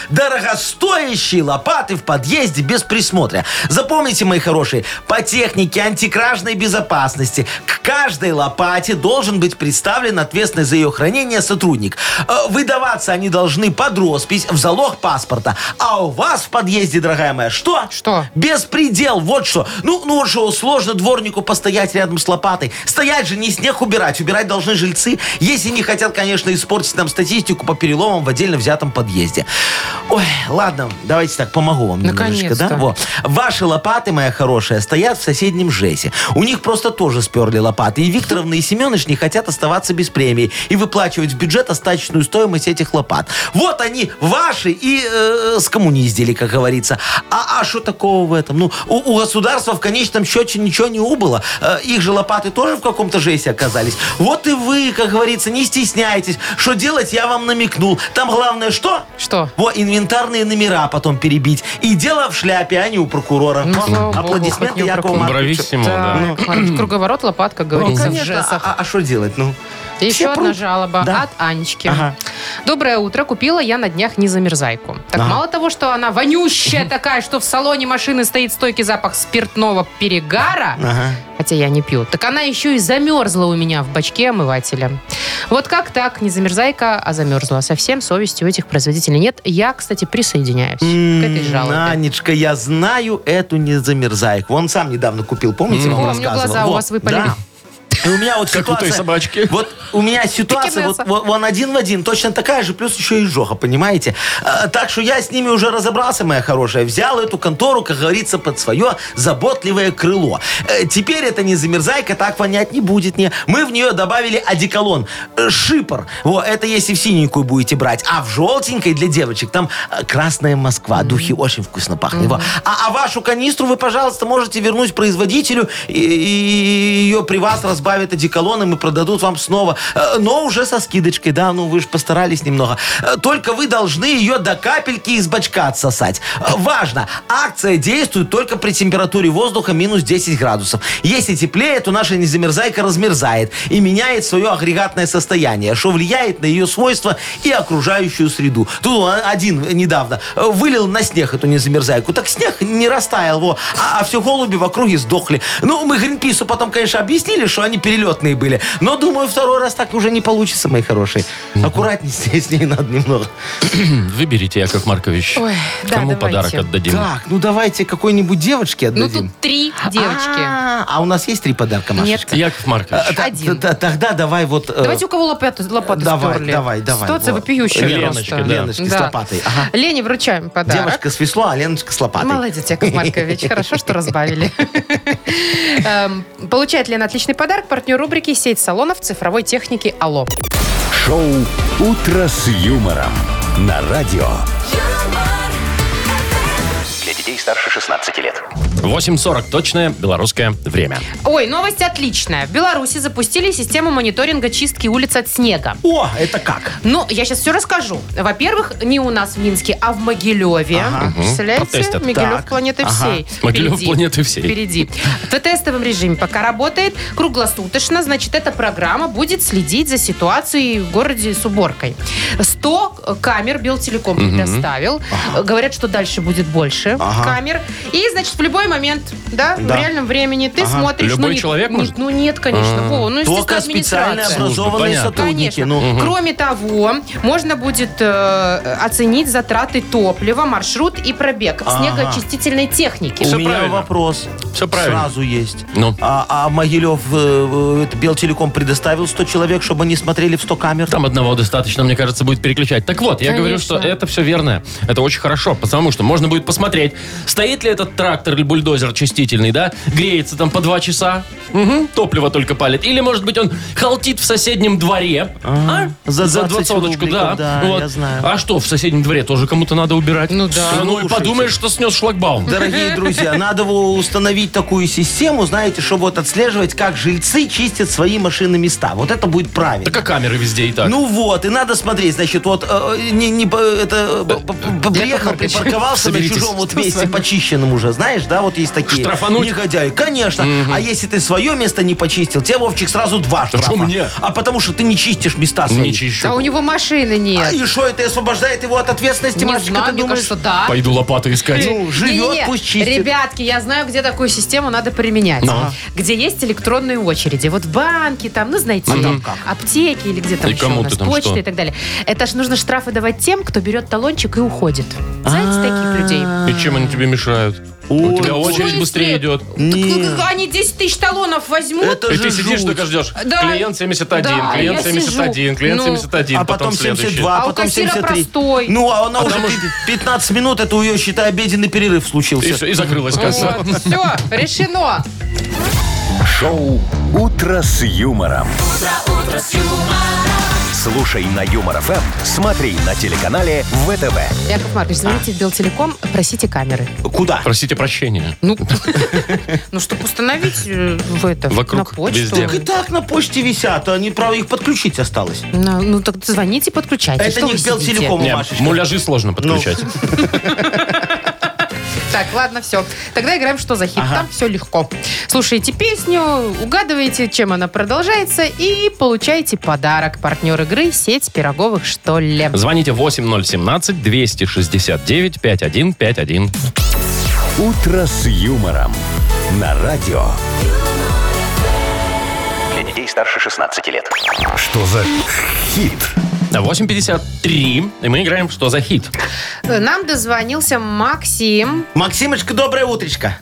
S4: дорогостоящие лопаты в подъезде без присмотра? Запомните, мои хорошие, по технике антикражной безопасности к каждой лопате должен быть представлен ответственный за ее хранение сотрудник. Э, Выдаваться они должны под роспись в залог паспорта. А у вас в подъезде, дорогая моя, что?
S3: Что?
S4: Беспредел, вот что. Ну, ну вот что, сложно дворнику постоять рядом с лопатой. Стоять же не снег убирать, убирать должны жильцы, если не хотят, конечно, испортить нам статистику по переломам в отдельно взятом подъезде. Ой, ладно, давайте так, помогу вам немножечко,
S3: Наконец-то.
S4: да? Во. Ваши лопаты, моя хорошая, стоят в соседнем ЖЭСе. У них просто тоже сперли лопаты. И Викторовна и Семенович не хотят оставаться без премии и выплачивать в бюджет остаточную стоимость этих лопат. Вот они, ваши, и э, скоммуниздили, как говорится. А а что такого в этом? Ну, у, у государства в конечном счете ничего не убыло. Э, их же лопаты тоже в каком-то жесе оказались. Вот и вы, как говорится, не стесняйтесь. Что делать, я вам намекнул. Там главное что?
S3: Что?
S4: Во, инвентарные номера потом перебить. И дело в шляпе, а не у прокурора.
S3: Ну,
S4: Во,
S3: слава богу, хоть
S4: Аплодисменты
S3: не у
S4: Якову
S3: прокурора.
S4: Марковичу.
S2: Брависсимо, да.
S3: Так, Маркович, круговорот лопат, как
S4: Ну,
S3: говорится, в
S4: конечно,
S3: жесах.
S4: а что делать? Ну,
S3: И
S4: все
S3: Еще одна
S4: прут.
S3: жалоба
S4: Да.
S3: от Анечки.
S4: Ага.
S3: Доброе утро. Купила я на днях незамерзайку. Так
S4: Ага.
S3: мало того, что она вонющая такая, что в салоне машины стоит стойкий запах спиртного перегара,
S4: Ага.
S3: хотя я не пью, так она еще и замерзла у меня в бачке омывателя. Вот как так? Не замерзайка, а замерзла. Совсем совести у этих производителей нет. Я, кстати, присоединяюсь к этой жалобе.
S4: Анечка, я знаю эту незамерзайку. Он сам недавно купил, помните,
S3: Мгм.
S4: вам
S3: Помню,
S4: рассказывал?
S3: глаза у вас выпали.
S4: да. И у меня вот
S2: Как у той
S4: ситуация...
S2: собачки.
S4: Вот у меня ситуация, вот,
S3: Пекинеса.
S4: вот- вон один в один, точно такая же, плюс еще и жоха, понимаете? А, так что я с ними уже разобрался, моя хорошая. Взял эту контору, как говорится, под свое заботливое крыло. Э, теперь это не замерзайка, так вонять не будет. Не. Мы в нее добавили одеколон. э, шипор. Во, это если в синенькую будете брать. А в желтенькой для девочек там э, красная Москва. Духи очень вкусно пахнет. Во. А, а вашу канистру вы, пожалуйста, можете вернуть производителю, и, и ее при вас разбавят одеколоном и продадут вам снова. Э, Но уже со скидочкой, да, ну вы же постарались немного. Э, Только вы должны ее до капельки из бачка отсосать. Э, Важно, акция действует только при температуре воздуха минус 10 градусов. Если теплее, то наша незамерзайка размерзает и меняет свое агрегатное состояние, что влияет на ее свойства и окружающую среду. Тут а, один недавно э, вылил на снег эту незамерзайку. Так снег а не растаял, во, а, все голуби в округе сдохли. Ну, мы Гринпису потом, конечно, объяснили, что они перелетные были. Но, думаю, второй раз так уже не получится, мои хорошие. Аккуратнее с ней надо немного.
S2: Выберите, Яков Маркович.
S3: Ой, да,
S2: Кому
S3: давайте.
S2: подарок отдадим?
S4: Так, ну давайте какой-нибудь девочке
S3: Ну,
S4: отдадим.
S3: тут три девочки.
S4: А, а у нас есть три подарка, Машечка?
S2: Яков Маркович.
S4: А, та-
S3: Один.
S4: та- Тогда давай вот... э,
S3: Давайте у кого лопату, лопату
S4: Давай,
S3: сперли.
S4: давай, давай.
S3: Ситуация
S4: Вот.
S3: вопиющая
S2: Леночка,
S3: просто.
S2: да.
S4: Леночке с лопатой, ага.
S3: Лене вручаем подарок.
S4: Девочка с весло, а Леночка с лопатой.
S3: Молодец, Яков Маркович. Хорошо, что разбавили. Эм, Получает Лена отличный подарок. Партнер рубрики «Сеть салонов цифровой техники Алло».
S1: Шоу «Утро с юмором» на радио.
S6: Для детей старше 16 лет.
S2: 8.40, точное белорусское время.
S3: Ой, новость отличная. В Беларуси запустили систему мониторинга чистки улиц от снега.
S4: О, это как?
S3: Ну, я сейчас все расскажу. Во-первых, не у нас в Минске, а в Могилеве. Представляете?
S2: Протестят.
S3: Могилев
S4: Так.
S3: планеты всей.
S2: Могилев
S3: Впереди.
S2: планеты всей.
S3: Впереди. В тестовом режиме пока работает. Круглосуточно, значит, эта программа будет следить за ситуацией в городе с уборкой. 100 камер Белтелеком предоставил. Э, Говорят, что дальше будет больше
S4: Ага.
S3: камер. И, значит, в любой момент, да,
S4: Да.
S3: в реальном времени ты смотришь.
S2: Любой
S3: не-
S2: человек
S3: не-
S2: может? А.
S3: Ну, нет, конечно. Вова, ну,
S4: Только
S3: естественно,
S4: специально
S3: администрация.
S4: образованные
S2: Понятно.
S4: сотрудники.
S3: Конечно.
S4: Ну,
S3: Кроме того, можно будет э, оценить затраты топлива, маршрут и пробег снегоочистительной техники.
S2: Всё
S4: у меня
S2: правильно.
S4: вопрос.
S2: Всё правильно.
S4: Сразу есть.
S2: Ну.
S4: А, а Могилев э, э, это Белтелеком предоставил 100 человек, чтобы они смотрели в 100 камер?
S2: Там одного достаточно, мне кажется, будет переключать. Так вот, я
S3: Конечно.
S2: говорю, что это все верно. Это очень хорошо, потому что можно будет посмотреть, стоит ли этот трактор или бульдозер чистительный, да, греется там по два часа, Мгм, топливо только палит. Или, может быть, он халтит в соседнем дворе. А?
S4: За 20
S2: двадцаточку,
S4: рубликов, да, я знаю.
S2: А что, в соседнем дворе тоже кому-то надо убирать?
S3: Ну да.
S2: Ну и
S4: Слушайте.
S2: подумаешь, что снес шлагбаум.
S4: Дорогие друзья, надо во- установить такую систему, знаете, чтобы вот отслеживать, как жильцы чистят свои машины места. Вот это будет правильно.
S2: Так а камеры везде и так.
S4: Ну вот, и надо смотреть, значит, вот э, не, не по- это, э, п- п- приехал,
S3: Маркович,
S4: припарковался на
S2: соберитесь.
S4: чужом вот
S2: Что с
S4: месте,
S2: вами?
S4: почищенном уже, знаешь, да, вот есть такие
S2: Штрафануть?
S4: негодяи. Конечно, а если ты свое место не почистил, тебе, Вовчик, сразу два
S2: что
S4: штрафа.
S2: мне?
S4: А потому что ты не чистишь места свои.
S2: Не чищу.
S3: А у него машины
S4: А
S3: нет.
S4: и что, это освобождает его от ответственности,
S3: Не
S4: Машечка,
S3: знаю,
S4: ты
S3: мне
S4: думаешь?
S3: кажется, да.
S2: Пойду лопату искать.
S4: Ну, живет,
S3: Не-не-не.
S4: пусть чистит.
S3: Ребятки, я знаю, где такую систему надо применять. Где есть электронные очереди. Вот в банке там, ну, знаете, аптеки или где там
S2: И
S3: еще
S2: кому
S3: у
S2: ты
S3: нас,
S2: там
S3: почта
S2: что?
S3: и так далее. Это же нужно штрафы давать тем, кто берет талончик и уходит. Знаете таких людей?
S4: А,
S2: И чем они тебе мешают? У тебя очередь
S3: смысле?
S2: быстрее идет.
S4: Нет.
S3: Так, ну, они 10 тысяч талонов возьмут.
S4: Это
S2: И
S4: же
S2: ты сидишь,
S4: жуть.
S2: только ждешь.
S3: Да.
S2: Клиент 71,
S3: Да,
S2: клиент
S3: я
S2: 71,
S3: сижу.
S2: клиент
S3: Ну.
S2: 71,
S4: а потом,
S2: следующий.
S4: 72,
S3: А у
S4: потом
S3: кассира
S4: 73.
S3: простой.
S4: Ну, а она
S2: там
S4: уже
S2: уже-
S4: 15 минут, это у ее, считай, обеденный перерыв случился.
S2: И все, и закрылась касса.
S3: все, решено.
S1: Шоу «Утро с юмором». Слушай на Юмор ФМ, смотри на телеканале ВТВ.
S3: Яков Маркович, звоните в Белтелеком, просите камеры.
S4: Куда?
S2: Простите прощения.
S3: Ну, ну чтобы установить э, в это,
S2: Вокруг,
S3: на почту.
S2: везде.
S4: Так и так на почте висят, а они, правда, их подключить осталось.
S3: Ну, ну, так звоните, подключайте.
S4: Это
S3: Что
S4: не
S3: вы
S4: к
S3: сидите?
S4: Белтелекому.
S2: Не,
S4: Машечка.
S2: муляжи сложно подключать.
S3: Так, ладно, все. Тогда играем «Что за хит?». Там все легко. Слушайте песню, угадываете, чем она продолжается, и получаете подарок. Партнер игры «Сеть пироговых, что ли».
S2: Звоните 8017-269-5151.
S1: «Утро с юмором» на радио.
S6: Для детей старше 16 лет.
S1: Что за хит?
S2: 8.53. И мы играем «Что за хит?».
S3: Нам дозвонился Максим.
S4: Максимочка, доброе утречко.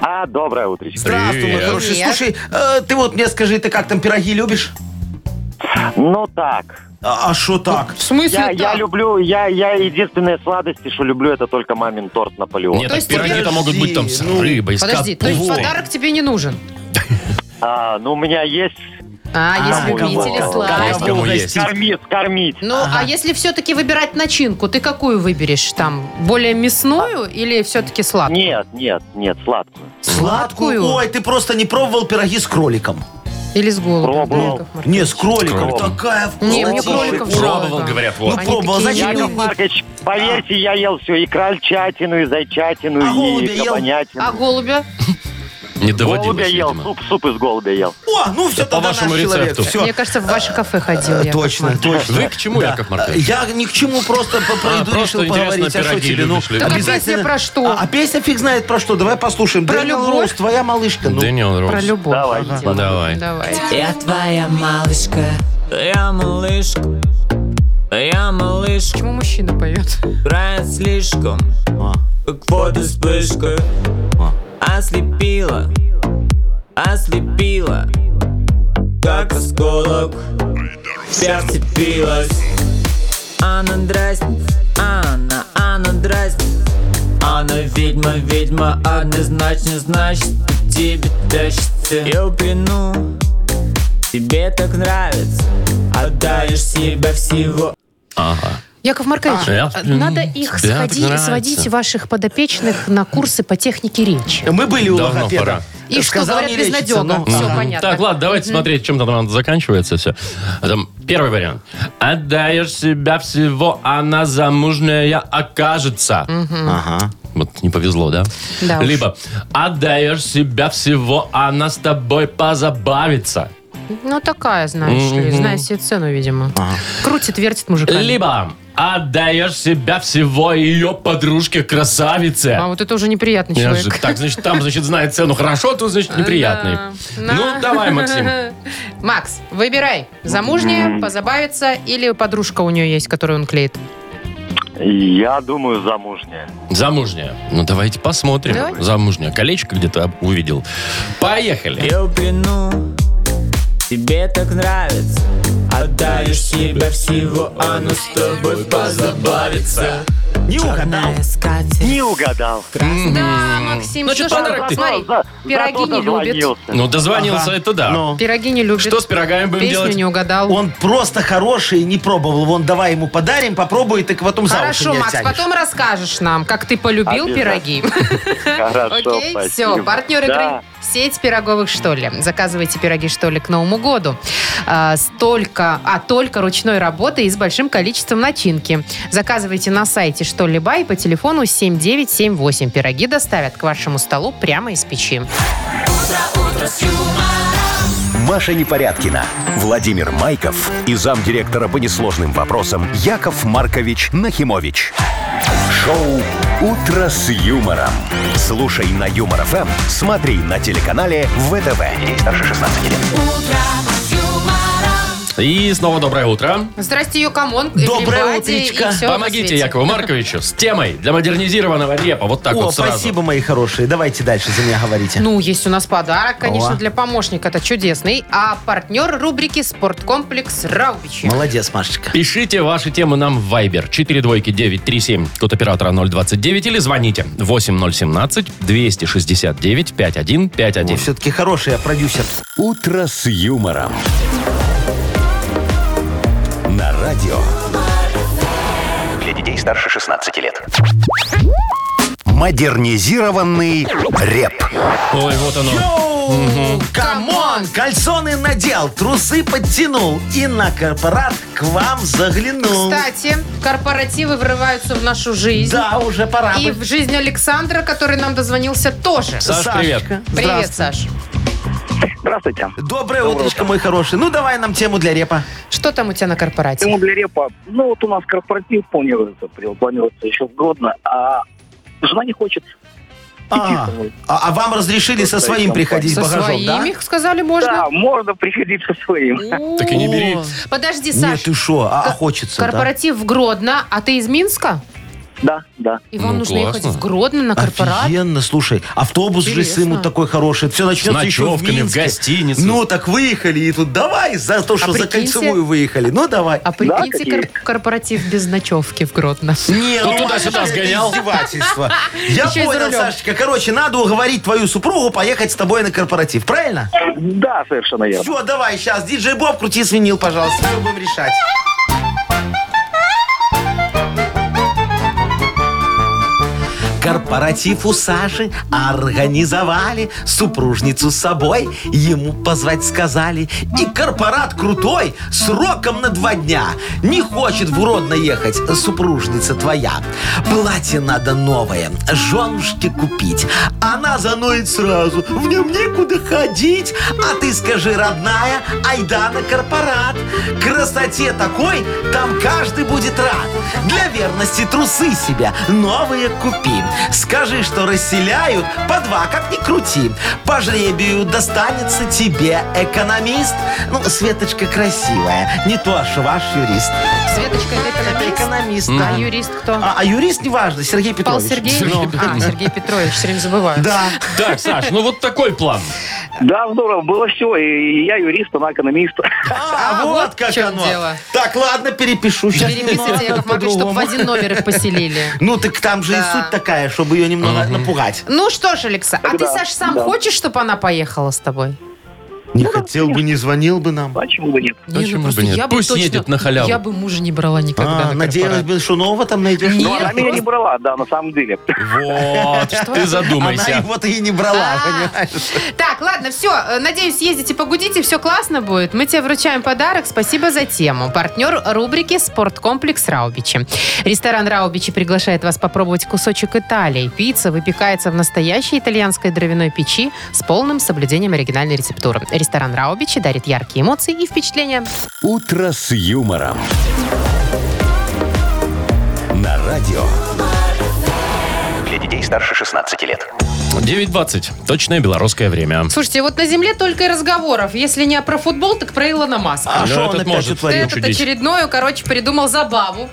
S8: А, доброе утречко.
S4: Здравствуй, мой
S2: Привет.
S4: хороший.
S3: Привет.
S4: Слушай, э, ты вот мне скажи, ты как там пироги любишь?
S8: Ну так.
S4: А что так?
S3: В смысле
S8: Я, я
S3: так?
S8: люблю, я, я единственные сладости, что люблю, это только мамин торт Наполеон.
S2: Нет,
S3: То
S2: так
S3: есть тебе-
S2: пироги-то могут быть там с
S4: Ну,
S2: рыбой, с
S3: Подожди, то есть
S2: капустой.
S3: подарок тебе не нужен?
S8: А, ну у меня есть
S3: А, есть
S8: кому
S3: любители
S8: его?
S2: Есть
S3: сладостей.
S2: кому есть.
S8: кормить, кормить.
S3: Ну, а если все-таки выбирать начинку, ты какую выберешь? Там, более мясную или все-таки сладкую?
S8: Нет, нет, нет, сладкую.
S4: Сладкую?
S3: Сладкую?
S4: Ой, ты просто не пробовал пироги с кроликом.
S3: Или с голубем?
S8: Пробовал.
S3: да, Яков Маркович?
S4: Не, с кроликом.
S2: С кроликом.
S4: Такая
S3: Не, мне
S4: вкуснятина.
S3: кроликов
S2: Пробовал,
S3: жалко.
S2: говорят,
S4: Ну,
S2: вот.
S3: Они
S4: пробовал,
S3: такие
S4: значит,
S8: Яков
S3: Ягод.
S8: Маркович, поверьте, я ел все, и крольчатину, и зайчатину,
S4: А
S8: и
S4: голубя ел?
S8: кабанятину.
S3: А голубя?
S2: Не доводилось,
S8: голубя ел,
S2: видимо.
S8: суп, суп из голубя ел.
S4: О, ну все,
S2: по
S4: тогда наш
S2: вашему
S4: человек.
S2: рецепту.
S4: Все.
S3: Мне кажется, в ваше кафе ходил.
S4: Э,
S3: Яков
S4: Точно,
S3: Маркович.
S4: точно.
S2: Вы к чему, Яков Маркович?
S4: Я ни к чему, просто по пройду
S2: просто
S4: решил
S2: интересно,
S4: поговорить. А что
S2: пироги
S4: тебе? Ну,
S2: любишь ли? Так
S3: а песня про что?
S4: А, а песня фиг знает про что. Давай послушаем.
S3: Про
S4: Дэниел
S3: любовь?
S4: Роуз, твоя малышка. Ну,
S2: Дэниел Роуз.
S3: Про любовь.
S8: Давай.
S3: Ага.
S2: Давай.
S3: Давай.
S9: Я твоя малышка, я малышка, я малышка,
S3: Почему мужчина поет?
S9: играет слишком, а, как воду вспышка. Ослепила, ослепила, как осколок, вся вцепилась. Она дразнит, она, она дразнит, она ведьма, ведьма, однозначно значит, к тебе тащится. Я упряну, Тебе так нравится, отдаешь себя всего.
S2: Ага.
S3: Яков Маркович,
S2: А, я
S3: э,
S2: ну,
S3: надо их
S2: тебе
S3: сходи-
S2: нравится.
S3: сводить ваших подопечных на курсы по технике речи.
S4: Мы были у
S2: Давно пора.
S4: логопеда.
S3: И что,
S4: Сказал,
S3: говорят,
S4: не
S3: без
S4: лечится,
S3: надега.
S4: но-
S3: Все
S2: Мгм.
S3: понятно.
S2: Так, ладно, давайте смотреть, чем там оно заканчивается все. Там первый вариант. Отдаешь себя всего, она замужняя окажется.
S4: Ага.
S2: Вот не повезло, да?
S3: Да уж.
S2: Либо отдаешь себя всего, она с тобой позабавится.
S3: Ну, такая, знаешь ли, знаешь себе цену, видимо. Крутит, вертит мужика.
S2: Либо отдаешь себя всего ее подружке красавице.
S3: А вот это уже неприятный
S2: Я
S3: человек.
S2: же- так, значит, там, значит, знает цену хорошо, а тут, значит, неприятный.
S3: Да.
S2: Ну,
S3: Да.
S2: давай, Максим.
S3: Макс, выбирай. Замужняя, позабавиться или подружка у нее есть, которую он клеит.
S8: Я думаю, замужняя.
S2: Замужняя. Ну, давайте посмотрим.
S3: Давай.
S2: Замужняя. Колечко где-то об- увидел. Поехали.
S9: Я упряну, тебе так нравится, отдаешь себя всего, она с тобой позабавится.
S4: Не угадал.
S8: Не угадал.
S3: Да, Максим,
S2: Значит,
S3: что ж,
S2: подарок Ну, типа, ты.
S3: смотри,
S8: За-
S3: пироги
S8: зато
S3: не любит.
S8: дозвонился.
S2: Ну, дозвонился, это да.
S4: Ну.
S3: Пироги не любит.
S2: Что с пирогами будем
S3: Песню
S2: делать?
S3: не угадал.
S4: Он просто хороший, не пробовал. Вон, давай ему подарим, попробуй, так потом за уши
S3: Хорошо,
S4: меня
S3: Макс,
S4: тянешь.
S3: потом расскажешь нам, как ты полюбил
S8: Обязательно.
S3: пироги.
S8: Хорошо,
S3: Окей, все,
S8: спасибо.
S3: партнер игры
S8: Да.
S3: «Сеть пироговых, что ли». Заказывайте пироги, что ли, к Новому году. А, столько, а только ручной работы и с большим количеством начинки. Заказывайте на сайте «Что ли Бай» по телефону 7978. Пироги доставят к вашему столу прямо из печи.
S1: Маша Непорядкина, Владимир Майков и замдиректора по несложным вопросам Яков Маркович Нахимович. Шоу «Утро с юмором». Слушай на Юмор ФМ, смотри на телеканале ВТВ. Здесь старше 16 лет.
S2: И снова доброе утро.
S3: Здрасте, Йокамон.
S4: Доброе
S3: Эврибади,
S4: утречко.
S3: и всё на
S2: Помогите
S3: свете.
S2: Якову Марковичу с темой для модернизированного репа. Вот так
S4: О,
S2: вот сразу.
S4: спасибо, мои хорошие. Давайте дальше за меня говорите.
S3: Ну, есть у нас подарок, конечно,
S4: О.
S3: для помощника. Это чудесный. А партнер рубрики «Спорткомплекс Раубичи».
S4: Молодец, Машечка.
S2: Пишите ваши темы нам в Viber 42937, код оператора 029, или звоните 8017-269-5151.
S4: Все-таки хороший я продюсер.
S1: «Утро с юмором». На радио
S6: Для детей старше 16 лет.
S1: «Модернизированный реп».
S2: Ой, вот оно.
S4: Йоу! Камон! Кальсоны надел, трусы подтянул и на корпорат к вам заглянул.
S3: Кстати, корпоративы врываются в нашу жизнь.
S4: Да, уже пора
S3: И
S4: бы.
S3: в жизнь Александра, который нам дозвонился, тоже.
S2: Саш, привет.
S4: Сашечка,
S3: Привет,
S4: здравствуй.
S3: Саш.
S7: Здравствуйте.
S4: Доброе утречко, мой хороший. Ну, давай нам тему для репа.
S3: Что там у тебя на корпоративе?
S7: Тему для репа. Ну, вот у нас корпоратив планируется, при- планируется еще в Гродно, а жена не хочет.
S4: А, а- а вам разрешили со своим приходить
S3: Со
S4: багажом,
S3: своими, сказали, можно?
S7: Да, можно приходить со своим.
S3: О.
S2: Так и не бери.
S3: Подожди,
S4: да? Нет,
S3: Саш.
S4: ты шо, а, а
S3: Кор-
S4: хочется, да?
S3: Корпоратив в Гродно, а ты из Минска?
S7: Да, да.
S3: И вам
S2: Ну,
S3: нужно
S2: классно.
S3: ехать в Гродно на корпорат?
S4: Офигенно, слушай, автобус же
S3: Интересно.
S4: сымут такой хороший. Все начнется еще в
S2: ночевками, в
S4: Минске.
S2: гостинице.
S4: Ну, так выехали, и тут давай за то, что за
S3: А прикиньте.
S4: кольцевую выехали. Ну, давай.
S3: А прикиньте
S7: какие?
S3: кор- корпоратив без ночевки в Гродно.
S4: Не,
S2: Ну, туда-сюда
S4: Машечка, это
S2: сгонял.
S4: издевательство. Я
S3: Еще и за
S4: понял,
S3: рулем.
S4: Сашечка. Короче, надо уговорить твою супругу поехать с тобой на корпоратив. Правильно?
S7: Да, совершенно верно.
S4: Все, давай, сейчас. Диджей Боб, крути свинил, пожалуйста. Мы будем решать. корпоратив у Саши организовали, супружницу с собой ему позвать сказали. И корпорат крутой, сроком на два дня. Не хочет в уродно ехать, супружница твоя. Платье надо новое, женушке купить. Она заноет сразу, в нем некуда ходить. А ты скажи, родная, айда на корпорат. Красоте такой, там каждый будет рад. Для верности трусы себя новые купи. Скажи, что расселяют, по два, как ни крути. По жребию достанется тебе экономист. Ну, Светочка красивая, не то аж ваш юрист.
S3: Светочка, это
S4: Это
S3: экономист.
S4: экономист, да.
S3: А юрист кто?
S4: А, а юрист неважно, Сергей
S3: Павел
S4: Петрович.
S3: Сергеевич?
S2: Сергей
S3: А, Сергей Петрович, все время забываю.
S4: Да.
S2: Так, Саш, ну вот такой план.
S7: Да, здорово, было все. И я юрист, она экономист.
S4: А,
S3: А,
S4: вот
S3: вот в
S4: как
S3: чем
S4: оно.
S3: дело.
S4: Так, ладно, перепишу. Сейчас
S3: Переписывайте, Яков Маркович, чтобы в один номер их поселили.
S4: Ну, так там же и
S3: Да.
S4: суть такая, чтобы ее немного напугать.
S3: Ну что ж, Алекса, а ты,
S7: Тогда,
S3: Саш, сам
S7: да.
S3: хочешь, чтобы она поехала с тобой?
S4: Не хотел бы, не звонил бы нам.
S7: Почему А бы нет?
S3: Не,
S2: Почему
S3: ну
S2: бы
S3: просто
S2: нет?
S3: я бы
S2: Пусть
S3: точно-
S2: едет на халяву.
S3: Я бы мужа не брала никогда
S4: А,
S3: на
S4: надеялась
S3: корпорат.
S4: бы, что нового там найдешь.
S3: Нет,
S7: Ну, она меня не
S3: просто-
S7: брала, да, на самом деле.
S2: Вот, ты
S4: Она
S2: задумайся.
S4: его и не брала,
S3: А.
S4: понимаешь?
S3: Так, ладно, все. Надеюсь, съездите, погудите, все классно будет. Мы тебе вручаем подарок. Спасибо за тему. Партнер рубрики «Спорткомплекс Раубичи». Ресторан Раубичи приглашает вас попробовать кусочек Италии. Пицца выпекается в настоящей итальянской дровяной печи с полным соблюдением оригинальной рецептуры. Ресторан Раубичи дарит яркие эмоции и впечатления.
S1: «Утро с юмором». На радио.
S6: Для детей старше 16 лет.
S2: 9.20. Точное белорусское время.
S3: Слушайте, вот на земле только и разговоров. Если не про футбол, так про Илона Маска.
S4: А
S2: Ну,
S4: что он
S2: этот
S4: опять
S2: может.
S4: утворил?
S3: Этот
S2: чудесник.
S3: очередную, короче, придумал забаву.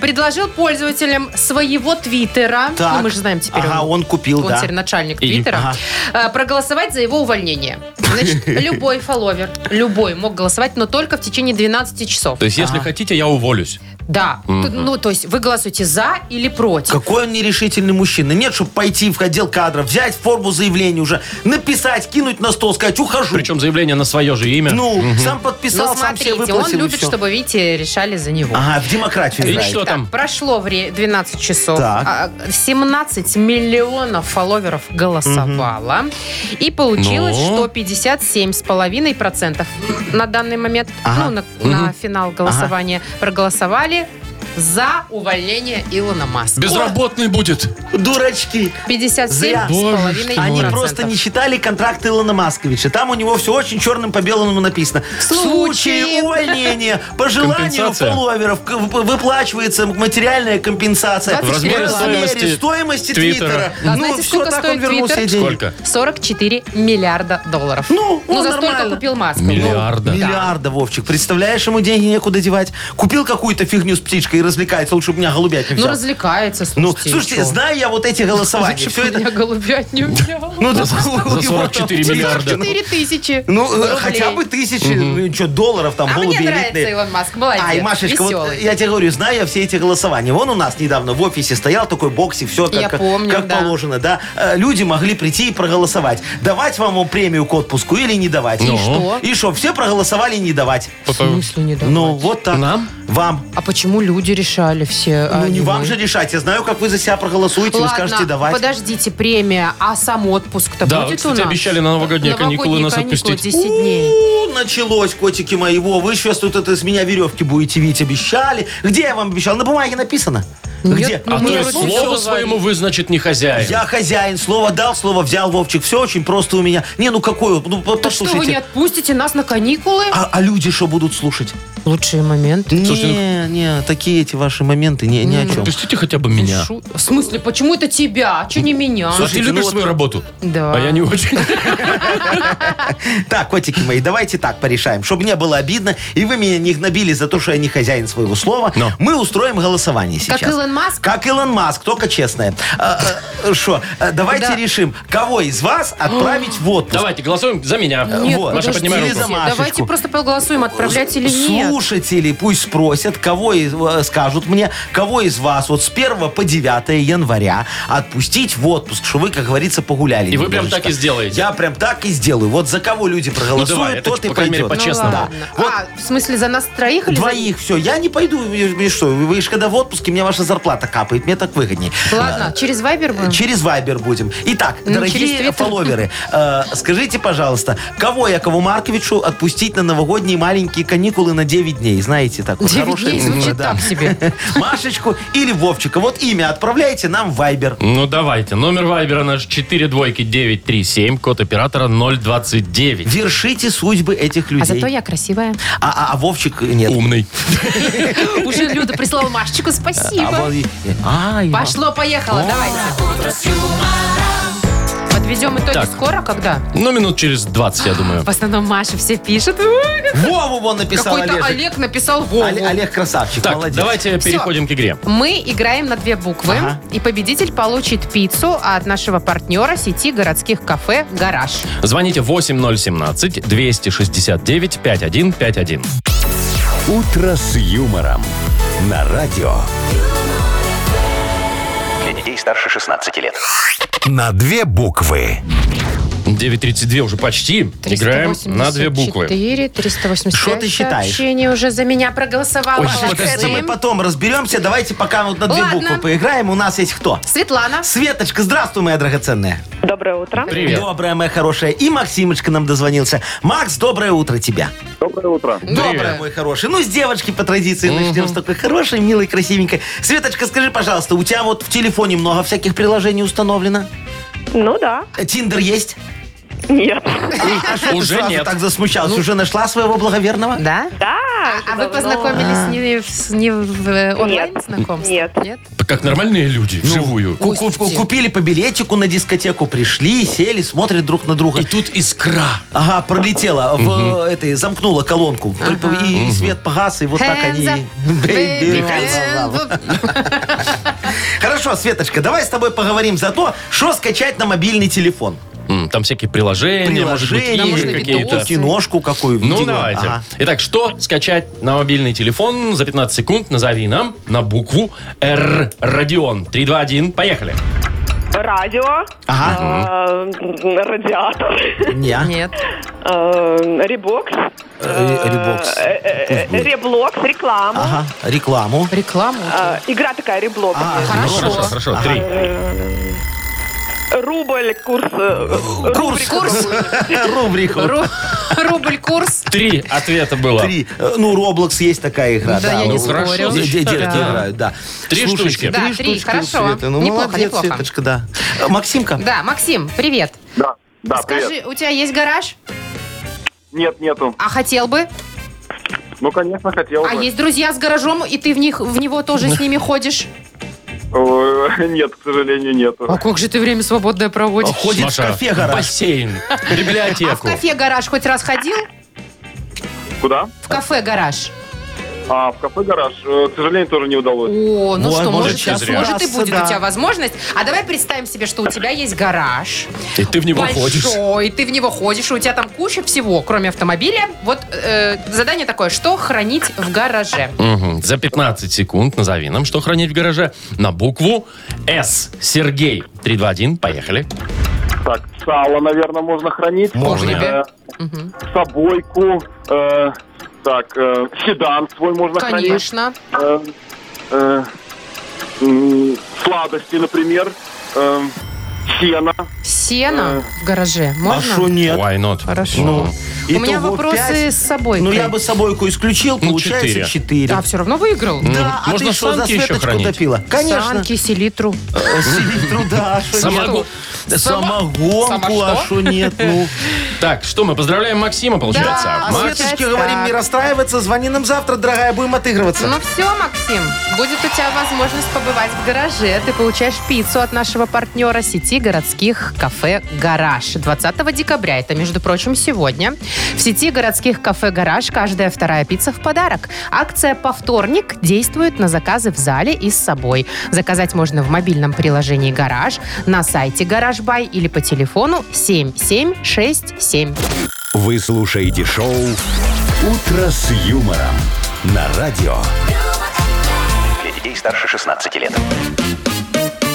S3: Предложил пользователям своего твиттера.
S4: Так.
S3: Ну, мы же знаем теперь.
S4: Ага, он купил,
S3: он
S4: да.
S3: теперь начальник
S2: И-
S3: твиттера. э, Проголосовать за его увольнение. Значит, любой фолловер, любой мог голосовать, но только в течение 12 часов.
S2: То есть,
S4: А.
S2: если хотите, я уволюсь.
S3: Да. Т- Ну, то есть вы голосуете за или против.
S4: Какой он нерешительный мужчина. Нет, чтобы пойти в отдел кадров, взять форму заявления уже, написать, кинуть на стол, сказать, ухожу.
S2: Причем заявление на свое же имя.
S4: Ну, сам
S3: Но
S4: подписал, сам
S3: смотрите,
S4: себе
S3: он
S4: выплатил, и
S3: любит,
S4: всё.
S3: чтобы, видите, решали за него.
S4: Ага, в демократию
S2: И
S4: играет.
S2: что? там?
S3: прошло вре- 12 часов.
S4: Так.
S3: А, 17 миллионов фолловеров голосовало. И получилось,
S2: Ну?
S3: что 57,5% на данный момент,
S4: Ага.
S3: ну, на, на финал голосования проголосовали за увольнение Илона Маска.
S2: Безработный будет.
S4: Дурачки. Зря.
S3: 57,5%.
S4: Они просто не считали контракт Илона Масковича. Там у него все очень черным по белому написано. В
S3: случае-
S4: случае увольнения по желанию
S2: Компенсация.
S4: фолловеров к- в- выплачивается материальная компенсация.
S3: 24
S4: в размере
S2: стоимости
S4: стоимости
S2: Твиттера.
S4: Твиттера.
S3: А
S4: Ну,
S3: знаете,
S4: все,
S3: сколько
S4: так он
S3: стоит
S4: вернулся
S3: Твиттер?
S4: и денег.
S2: Сколько?
S3: 44 миллиарда долларов.
S4: Ну,
S3: ну
S4: он
S3: за столько
S4: нормально.
S3: купил Маску.
S2: Миллиарда.
S4: Ну, Миллиарда, Вовчик. Представляешь, ему деньги некуда девать. Купил какую-то фигню с птичкой и развлекается. Лучше бы меня голубять не
S3: Ну,
S4: взял.
S3: развлекается,
S4: Ну,
S3: слушайте.
S4: слушайте,
S3: и что?
S4: знаю я вот эти голосования.
S3: Лучше
S4: Все
S3: бы
S4: это...
S3: меня голубят не взял.
S4: Ну, да,
S2: За- за
S4: у него
S2: 44
S4: там
S2: миллиарда.
S4: птички, ну,
S3: 4 тысячи
S4: Ну, э,
S3: рублей.
S4: хотя бы тысячи, ну, чё, долларов там,
S3: А
S4: голуби
S3: мне нравится
S4: элитные.
S3: Илон Маск, молодец.
S4: Ай, Машечка, вот
S3: Веселый.
S4: я тебе говорю, знаю я все эти голосования. Вон у нас недавно в офисе стоял такой боксик, все
S3: Я
S4: как, как-
S3: помню,
S4: как
S3: да.
S4: положено, да. Э, Люди могли прийти и проголосовать. Давать вам его премию к отпуску или не давать.
S2: Ну.
S4: И
S3: что?
S4: И что, все проголосовали не давать.
S3: В смысле не давать?
S4: Ну, вот так.
S2: Нам?
S4: Вам.
S3: А почему люди решали все? а
S4: ну, не вам
S3: мы?
S4: же решать. Я знаю, как вы за себя проголосуете,
S3: Ладно,
S4: вы скажете давать.
S3: подождите, премия, а сам отпуск-то
S2: Да,
S3: будет
S2: вот,
S3: у
S2: кстати,
S3: нас?
S2: обещали на новогодние каникулы нас отпустить.
S3: 10 дней.
S4: У, началось, котики мои, во, вы сейчас тут это с меня веревки будете видеть, обещали. Где я вам обещал? На бумаге написано.
S3: Нет,
S4: Где?
S3: ну,
S2: А то
S3: мне
S2: есть
S3: вот всё
S2: слово
S3: говорит.
S2: своему вы, значит, не хозяин.
S4: Я хозяин, слово дал, слово взял, Вовчик. Все очень просто у меня. Не, ну какой, ну по-
S3: Так что вы не
S4: послушайте.
S3: отпустите нас на каникулы?
S4: А, а люди что будут слушать?
S3: Лучшие моменты.
S2: Слушайте,
S4: не, не, такие эти ваши моменты, не,
S3: Ну,
S4: ни о чем.
S2: Пустите хотя бы меня.
S3: Шу- В смысле, почему это тебя? А что не меня?
S2: А ты
S4: Слушайте, ну
S2: любишь
S4: вот-
S2: свою работу?
S3: Да.
S2: А я не очень.
S4: Так, котики мои, давайте так порешаем, чтобы не было обидно, и вы меня не гнобили за то, что я не хозяин своего слова.
S2: Но.
S4: Мы устроим голосование сейчас.
S3: Как Илон Маск?
S4: Как Илон Маск, только честное. А, Что, а, давайте
S3: Да.
S4: решим, кого из вас отправить в отпуск.
S2: Давайте, голосуем за меня.
S3: Нет,
S4: Вот.
S2: Маша,
S3: подождите.
S2: поднимай руку.
S4: Или за Машечку.
S3: Давайте просто проголосуем, отправлять или нет. Ну
S4: слушателей пусть спросят, кого из, э, скажут мне, кого из вас вот с 1 по 9 января отпустить в отпуск, что вы, как говорится, погуляли.
S2: И вы прям
S4: немножечко.
S2: так и сделаете? Ну,
S4: Я прям так и сделаю. Вот за кого люди проголосуют,
S2: давай, это, типа,
S4: тот и
S2: по крайней мере,
S4: пойдет.
S3: Ну
S2: по-честному.
S4: Да.
S3: ладно. А, в смысле, за нас троих или за-
S4: Двоих, все, я не пойду, мне, мне что, вы же когда в отпуске, мне ваша зарплата капает, мне так выгодней. А,
S3: Ладно, через Вайбер будем?
S4: Э, Через Вайбер будем. Итак,
S3: Ну, через
S4: дорогие
S3: Twitter.
S4: фолловеры, э, скажите, пожалуйста, кого Якову Марковичу отпустить на новогодние маленькие каникулы на 9 дней? Знаете, так вот,
S3: Девять
S4: хорошая
S3: дней
S4: цифра,
S3: звучит
S4: да.
S3: так себе.
S4: Машечку или Вовчика. Вот имя отправляйте нам в Вайбер.
S2: Ну, давайте. Номер вайбера наш 4 двойки 937, код оператора 029.
S4: Вершите судьбы этих
S3: А
S4: людей.
S3: зато я красивая.
S4: а, а- а Вовчик нет.
S2: Умный.
S3: Уже Люда прислала Машечку,
S4: А
S3: спасибо.
S4: Вов- А, и-
S3: Пошло, поехало, давайте. Подведем итоги
S2: Так.
S3: скоро, когда?
S2: Ну, минут через 20, я думаю.
S3: В основном Маша все пишет. Ой, как-
S4: Вову вон написал
S3: Какой-то
S4: Олежек.
S3: Олег написал Вову.
S4: Оле- Олег красавчик,
S2: Так,
S4: молодец.
S2: давайте переходим к игре.
S3: Мы играем на две буквы,
S4: Ага.
S3: и победитель получит пиццу от нашего партнера сети городских кафе «Гараж».
S2: Звоните 8017-269-5151.
S1: «Утро с юмором» на радио.
S6: Для детей старше 16 лет.
S1: На две буквы.
S2: 9.32 уже почти. Играем на две буквы.
S3: 4, 385
S4: Что ты считаешь?
S3: сообщений уже за меня проголосовало.
S2: Ой,
S3: Молодцы.
S2: подожди.
S4: Это мы потом разберемся. Давайте пока вот на две
S3: Ладно.
S4: буквы поиграем. У нас есть кто?
S3: Светлана.
S4: Светочка, здравствуй, моя драгоценная.
S5: Доброе утро.
S2: Привет.
S4: Доброе, моя хорошая. И Максимочка нам дозвонился. Макс, доброе утро тебя.
S7: Доброе утро.
S4: Доброе, мой хороший. Ну, с девочки по традиции начнем с такой хорошей, милой, красивенькой. Светочка, скажи, пожалуйста, у тебя вот в телефоне много всяких приложений установлено?
S5: Ну да.
S4: Э, Тиндер есть?
S5: Нет.
S4: А что ты
S2: Уже
S4: сразу
S2: нет.
S4: так засмущалась? Уже нашла своего благоверного?
S3: Да?
S5: Да.
S3: А вы
S5: давно.
S3: познакомились не, в- с- не в э, онлайн
S5: Нет.
S3: знакомстве?
S5: Нет.
S3: Нет?
S2: Так Как нормальные люди, вживую.
S4: Ку- ку- ку- Купили по билетику на дискотеку, пришли, сели, смотрят друг на друга.
S2: И тут искра.
S4: Ага, пролетела, в, э, этой, замкнула колонку. И свет погас, и вот так
S3: Hands
S4: они...
S3: up,
S4: Baby,
S3: baby,
S4: hands up.
S3: hands up.
S4: Хорошо, Светочка, давай с тобой поговорим за то, что скачать на мобильный телефон.
S2: М, Там всякие приложения, может быть,
S4: Приложение,
S2: игры
S3: можно
S2: какие-то.
S3: видосы.
S4: киношку какую
S2: Ну,
S4: видео.
S2: давайте.
S4: Ага.
S2: Итак, что скачать на мобильный телефон за 15 секунд? Назови нам на букву Р. Родион. 3, 2, 1, поехали.
S5: Радио.
S2: Ну,
S4: Ага.
S5: э, Радиатор.
S4: Не.
S3: Нет.
S5: э, Ребокс.
S4: Э, Ребокс.
S5: э, э, э, Реблокс. Реклама.
S4: Ага, рекламу.
S3: Рекламу.
S9: А,
S5: Э, Игра такая, Реблокс. Э,
S4: А,
S3: Хорошо.
S2: Хорошо, хорошо. Три.
S5: Рубль, курс. э,
S4: Курс.
S3: Курс.
S2: Э,
S4: Рубрику.
S3: Ру- Рубль курс.
S2: Три ответа было.
S4: Три. Э, Ну, Roblox есть такая игра.
S3: Да, я
S4: ну,
S3: не
S2: хорошо,
S3: спорю.
S4: Где где
S2: считаю,
S4: детки
S2: да.
S4: играют, да.
S2: Три штучки.
S3: Да, три,
S4: штучки у
S3: хорошо.
S4: Светы. Ну,
S3: Неплохо,
S4: молодец,
S3: неплохо.
S4: Светочка, да. Э, Максимка,
S3: Да, Максим, привет.
S7: Да, да,
S3: Скажи,
S7: привет.
S3: у тебя есть гараж?
S7: Нет, нету.
S3: А хотел бы?
S7: Ну, конечно, хотел
S3: А
S7: бы.
S3: есть друзья с гаражом, и ты в них в него тоже с ними ходишь?
S7: Э, Нет, к сожалению,
S4: А.
S7: нету.
S3: как же ты время свободное проводишь?
S4: ходит в
S2: Маша,
S4: кафе гараж.
S2: бассейн,
S3: А в
S2: библиотеку.
S3: кафе гараж хоть раз ходил?
S7: Куда?
S3: В кафе гараж.
S7: А, в кафе «Гараж». Э, К сожалению, тоже не удалось.
S3: О, ну
S4: Вот,
S3: что,
S4: может,
S3: может,
S2: сейчас
S3: и- может и
S4: удастся,
S3: будет
S4: да.
S3: у тебя возможность. А давай представим себе, что у тебя есть гараж.
S2: И ты в него ходишь.
S3: большой, ты в него ходишь, и у тебя там куча всего, кроме автомобиля. Вот э, задание такое, что хранить в гараже?
S2: Мгм. За 15 секунд назови нам, что хранить в гараже. На букву С. Сергей. 3, 2, 1, поехали.
S7: Так, сало, наверное, можно хранить.
S2: Можно.
S7: Э,
S3: Мгм.
S7: Собойку. э, Так, э, седан свой можно хранить.
S3: Конечно.
S7: Э, э, м, Сладости, например. Э, Сено.
S3: Сено
S7: Э.
S3: в гараже
S4: а что
S3: можно?
S4: нет?
S2: Why not?
S3: Хорошо.
S2: Ну,
S3: У меня
S4: Итого
S3: вопросы
S4: пять.
S3: с собой.
S4: Ну, я бы с собойку исключил,
S2: Ну,
S4: получается
S2: четыре. Ну,
S4: 4.
S3: А все равно выиграл.
S4: Да, а
S2: Можно
S4: ты что, за
S2: санки еще
S4: Светочку
S2: хранить?
S4: допила? Конечно.
S3: Санки, селитру.
S4: Э, Селитру, да, а шо
S2: Самогон.
S4: нет? Да
S3: Само-
S4: Самогонку,
S3: Само
S4: а
S3: что?
S4: что нет? Ну,
S2: Так, что мы поздравляем Максима, получается.
S3: Да,
S4: а
S2: Макс,
S3: Макс?
S4: Светочке говорим, не расстраиваться, звони нам завтра, дорогая, будем отыгрываться.
S3: Ну все, Максим, будет у тебя возможность побывать в гараже. Ты получаешь пиццу от нашего партнера сети городских кафе «Гараж». 20 декабря, это, между прочим, сегодня, в сети городских кафе «Гараж» каждая вторая пицца в подарок. Акция «По вторник» действует на заказы в зале и с собой. Заказать можно в мобильном приложении «Гараж», на сайте «Гаражбай» или по телефону 7767.
S1: Вы слушаете шоу «Утро с юмором» на радио.
S6: Для детей старше 16 лет.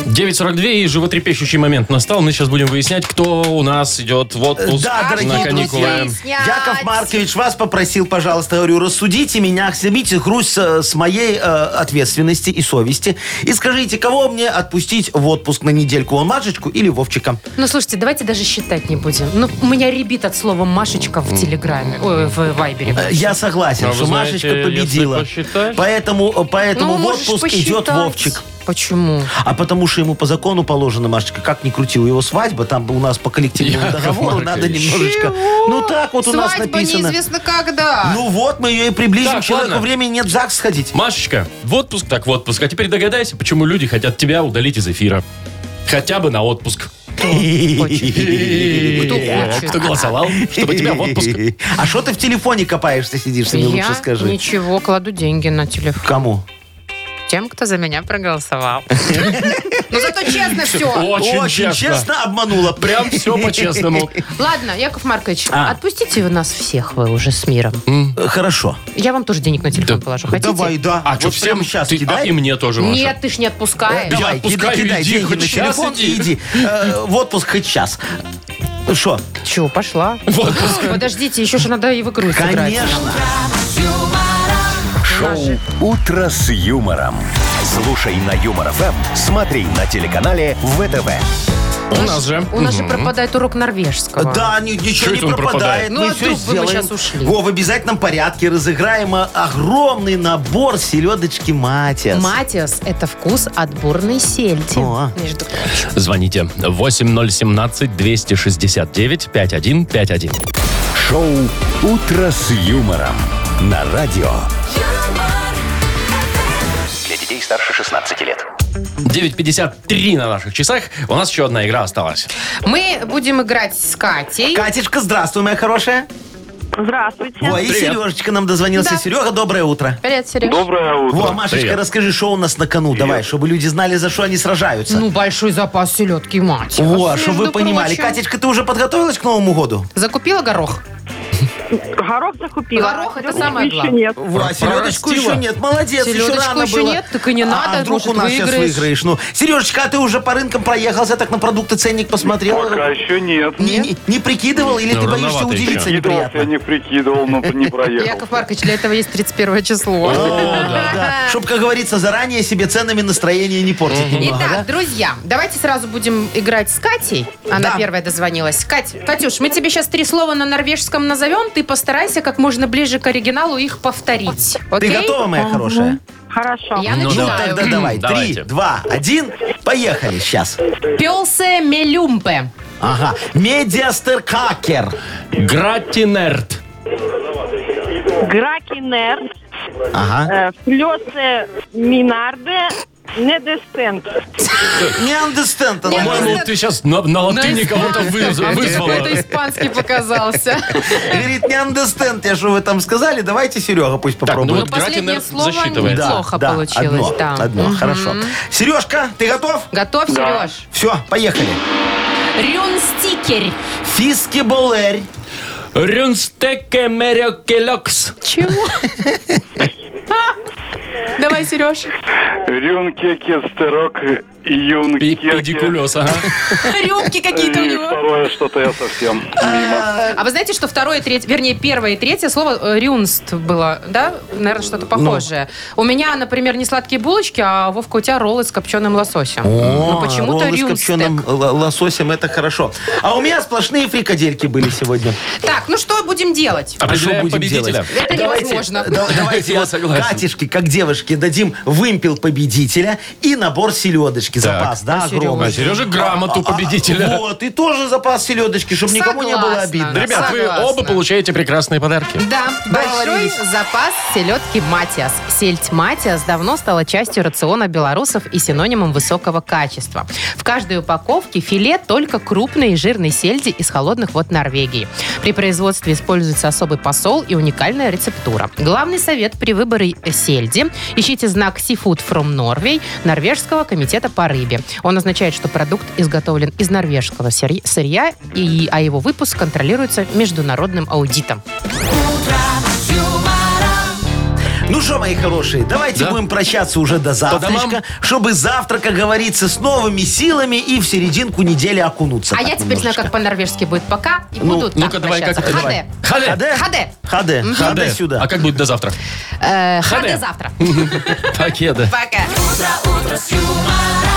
S2: 9.42 и животрепещущий момент настал. Мы сейчас будем выяснять, кто у нас идет в отпуск
S4: Да, дорогие
S2: на каникулы.
S3: друзья. Снять.
S4: Яков Маркович, вас попросил, пожалуйста, говорю, рассудите меня, снимите грусть э, с моей э, ответственности и совести и скажите, кого мне отпустить в отпуск на недельку, он Машечку или Вовчика?
S3: Ну, слушайте, давайте даже считать не будем. Ну, у меня ребит от слова «Машечка» в Телеграме, ой, в Вайбере.
S4: Э, Я согласен,
S2: А вы
S4: что
S2: знаете,
S4: Машечка
S2: если
S4: победила.
S2: посчитать-
S4: Поэтому, э, поэтому
S3: Ну,
S4: в
S3: можешь
S4: отпуск идет
S3: посчитать.
S4: Вовчик.
S3: Почему?
S4: А потому что ему по закону положено, Машечка, как ни крути, у его свадьба, там у нас по коллективному
S2: Яков
S4: договору надо
S2: Маркович.
S4: немножечко... Ну так вот у нас
S3: Свадьба
S4: написано.
S3: неизвестно когда.
S4: Ну вот, мы ее и приблизим.
S2: Так,
S4: Человеку
S2: ладно.
S4: времени нет в ЗАГС сходить.
S2: Машечка, в отпуск так в отпуск. А теперь догадайся, почему люди хотят тебя удалить из эфира. Хотя бы на отпуск.
S3: Кто
S2: Э,
S3: хочет?
S2: Кто голосовал, чтобы тебя в отпуск...
S4: А что ты в телефоне копаешься, сидишь, ты мне
S3: Я
S4: лучше скажи.
S3: ничего, кладу деньги на телефон.
S4: Кому?
S3: Тем, кто за меня проголосовал. Ну, зато честно все.
S2: Очень, честно.
S4: обманула.
S2: Прям все по-честному.
S3: Ладно, Яков Маркович,
S4: А.
S3: отпустите вы нас всех вы уже с миром.
S4: Э, Хорошо.
S3: Я вам тоже денег на телефон положу. Хотите?
S4: Давай, да.
S2: А что,
S4: Вот
S2: всем?
S4: прямо сейчас
S2: Ты- а
S4: кидай.
S2: и мне тоже, Маша.
S3: Нет, ты ж не отпускаешь.
S2: Я
S4: Давай,
S2: отпускаю,
S4: кидай, кидай
S2: иди,
S4: деньги
S2: хоть
S4: на
S2: сейчас
S4: телефон
S2: иди.
S4: и иди. Э, В отпуск хоть Э, сейчас. Что?
S3: Чего, пошла? Подождите, еще же надо и в игру сыграть.
S4: Конечно.
S1: Шоу «Утро с юмором». Слушай на Юмор ФМ, смотри на телеканале ВТВ.
S2: У нас же...
S3: У нас же пропадает урок норвежского.
S4: Да, ни-
S2: Чё
S4: ничего не
S2: это он пропадает?
S4: пропадает.
S3: Ну,
S4: мы
S3: а
S4: все
S3: вдруг бы мы
S4: сделаем.
S3: щас ушли?
S4: Во, в обязательном порядке разыграем а, огромный набор селедочки Матиас.
S3: Матиас – это вкус отборной сельди.
S4: О.
S3: Между прочим.
S2: Звоните 8017-269-5151.
S1: Шоу «Утро с юмором» на радио.
S6: Для детей старше 16 лет.
S2: 9.53 на наших часах. У нас еще одна игра осталась.
S3: Мы будем играть с Катей.
S4: Катечка, здравствуй, моя хорошая.
S5: Здравствуйте.
S4: Ой, и
S2: Привет.
S4: Сережечка нам дозвонился.
S3: Да.
S4: Серега, доброе утро.
S3: Привет, Сереж.
S8: Доброе утро.
S4: Во, Машечка,
S2: Привет.
S4: расскажи, что у нас на кону, давай, чтобы люди знали, за что они сражаются.
S3: Ну, большой запас селедки Матиас.
S4: Во, чтобы а вы
S3: между
S4: понимали.
S3: прочим.
S4: Катечка, ты уже подготовилась к Новому году?
S3: ну, Закупила горох?
S5: Горох закупила.
S3: Горох это
S5: Селёдочки
S3: самое
S5: еще
S3: главное.
S5: нет.
S4: Во, а селедочку
S2: Прорастила.
S4: еще нет, молодец, еще
S3: Селедочку
S4: рано
S3: еще
S4: было.
S3: нет, так и не
S4: А-
S3: надо,
S4: а вдруг
S3: может,
S4: у нас сейчас
S3: выиграешь.
S4: выиграешь. Ну, Сережечка, а ты уже по рынкам проехался, так на продукты ценник посмотрел?
S10: Пока еще нет.
S4: Не, не- не прикидывал или
S2: Ну,
S4: ты боишься
S2: рановато еще.
S4: удивиться
S10: Прикидывался, я
S4: неприятно?
S10: не прикидывал, но не проехал.
S3: Яков Маркович, для этого есть 31 число.
S4: Чтобы, как говорится, заранее себе ценами настроение не портить немного,
S3: Итак,
S4: да?
S3: друзья, давайте сразу будем играть с Катей. Она
S4: Да.
S3: первая дозвонилась. Кать, Катюш, мы тебе сейчас три слова на норвежском назовем. Ты постарайся как можно ближе к оригиналу их повторить.
S4: Ты
S3: Окей?
S4: готова, моя хорошая?
S5: Хорошо.
S3: Я
S2: Ну,
S4: Ну
S3: начинаю.
S4: тогда давай. Три,
S2: Давайте.
S4: два, один. Поехали сейчас.
S3: Пелсе мелюмпе.
S4: Ага. Медиастеркакер.
S2: Гратинерт.
S5: Гракинер,
S4: Ага.
S5: э, флёсе минарде, недестент.
S4: Не understand. она
S2: По-моему, ты сейчас на, на латыни кого-то вы- вызвала.
S3: Ну, Какой-то испанский показался.
S4: Говорит, не understand, я что вы там сказали. Давайте Серега пусть
S2: ну
S3: Ну,
S4: попробует.
S2: Вот Гратинер
S3: последнее слово
S2: засчитывается.
S3: неплохо получилось.
S4: одно,
S3: да.
S4: одно,
S3: Мгм.
S4: хорошо. Сережка, ты готов?
S3: Готов,
S10: Да.
S3: Сереж?
S4: Все, поехали.
S3: Рюнстикер.
S4: Фиски болерь.
S2: Рюнстеке мерекелекс.
S3: Чего? Давай, Сереж.
S10: Рюнкекестерок,
S2: И
S10: юнкеке.
S2: педикулез, ага.
S3: Рюмки
S10: И
S4: Э,
S3: какие-то у него.
S10: второе что-то я совсем мимо.
S3: А вы знаете, что второе и третье, вернее, первое и третье слово э, рюнст было, да? Наверное,
S4: Ну.
S3: что-то похожее. У меня, например, не сладкие булочки, а Вовка, у тебя роллы с копченым лососем. Но почему-то
S4: роллы с
S3: рюнстек.
S4: копченым л- лососем, это хорошо. А у меня сплошные фрикадельки были сегодня.
S3: Так, ну что будем делать?
S4: А что
S2: Определяем
S4: будем
S2: победителя.
S4: делать?
S3: Это невозможно.
S4: да- давайте
S2: Я
S4: вот
S2: согласен.
S4: Катюшке, как девушке, дадим вымпел победителя и набор селедочки. Запас, да, огромный.
S2: А Сереже грамоту победителя.
S4: А, Вот, и тоже запас селедочки, чтобы никому не было
S3: Согласна.
S4: обидно.
S2: Ребят, вы
S3: Согласна.
S2: оба получаете прекрасные подарки.
S3: Да, большой
S4: Договорились.
S3: запас селедки «Матиас». Сельдь «Матиас» давно стала частью рациона белорусов и синонимом высокого качества. В каждой упаковке филе только крупной и жирной сельди из холодных вод Норвегии. При производстве используется особый посол и уникальная рецептура. Главный совет при выборе сельди – ищите знак «Seafood from Norway» Норвежского комитета по рыбе. Он означает, что продукт изготовлен из норвежского сырь- сырья, и, а его выпуск контролируется международным аудитом.
S4: Ну что, мои хорошие, давайте
S2: Да?
S4: будем прощаться уже до
S2: домам?
S4: завтрачка, чтобы завтра, как говорится, с новыми силами и в серединку недели окунуться.
S3: А
S4: так
S3: я теперь знаю,
S4: немножечко.
S3: как по-норвежски будет пока. И
S2: Ну,
S3: буду
S2: ну-ка,
S3: так
S2: давай, как
S3: прощаться.
S2: это? Давай.
S3: Хаде.
S2: Хаде.
S3: Хаде.
S4: Хаде, хаде
S2: А
S4: сюда.
S2: как будет до завтра?
S3: Э,
S2: Хаде.
S3: Хаде завтра.
S2: Покеда.
S3: Пока.
S11: Утро, утро с юмором.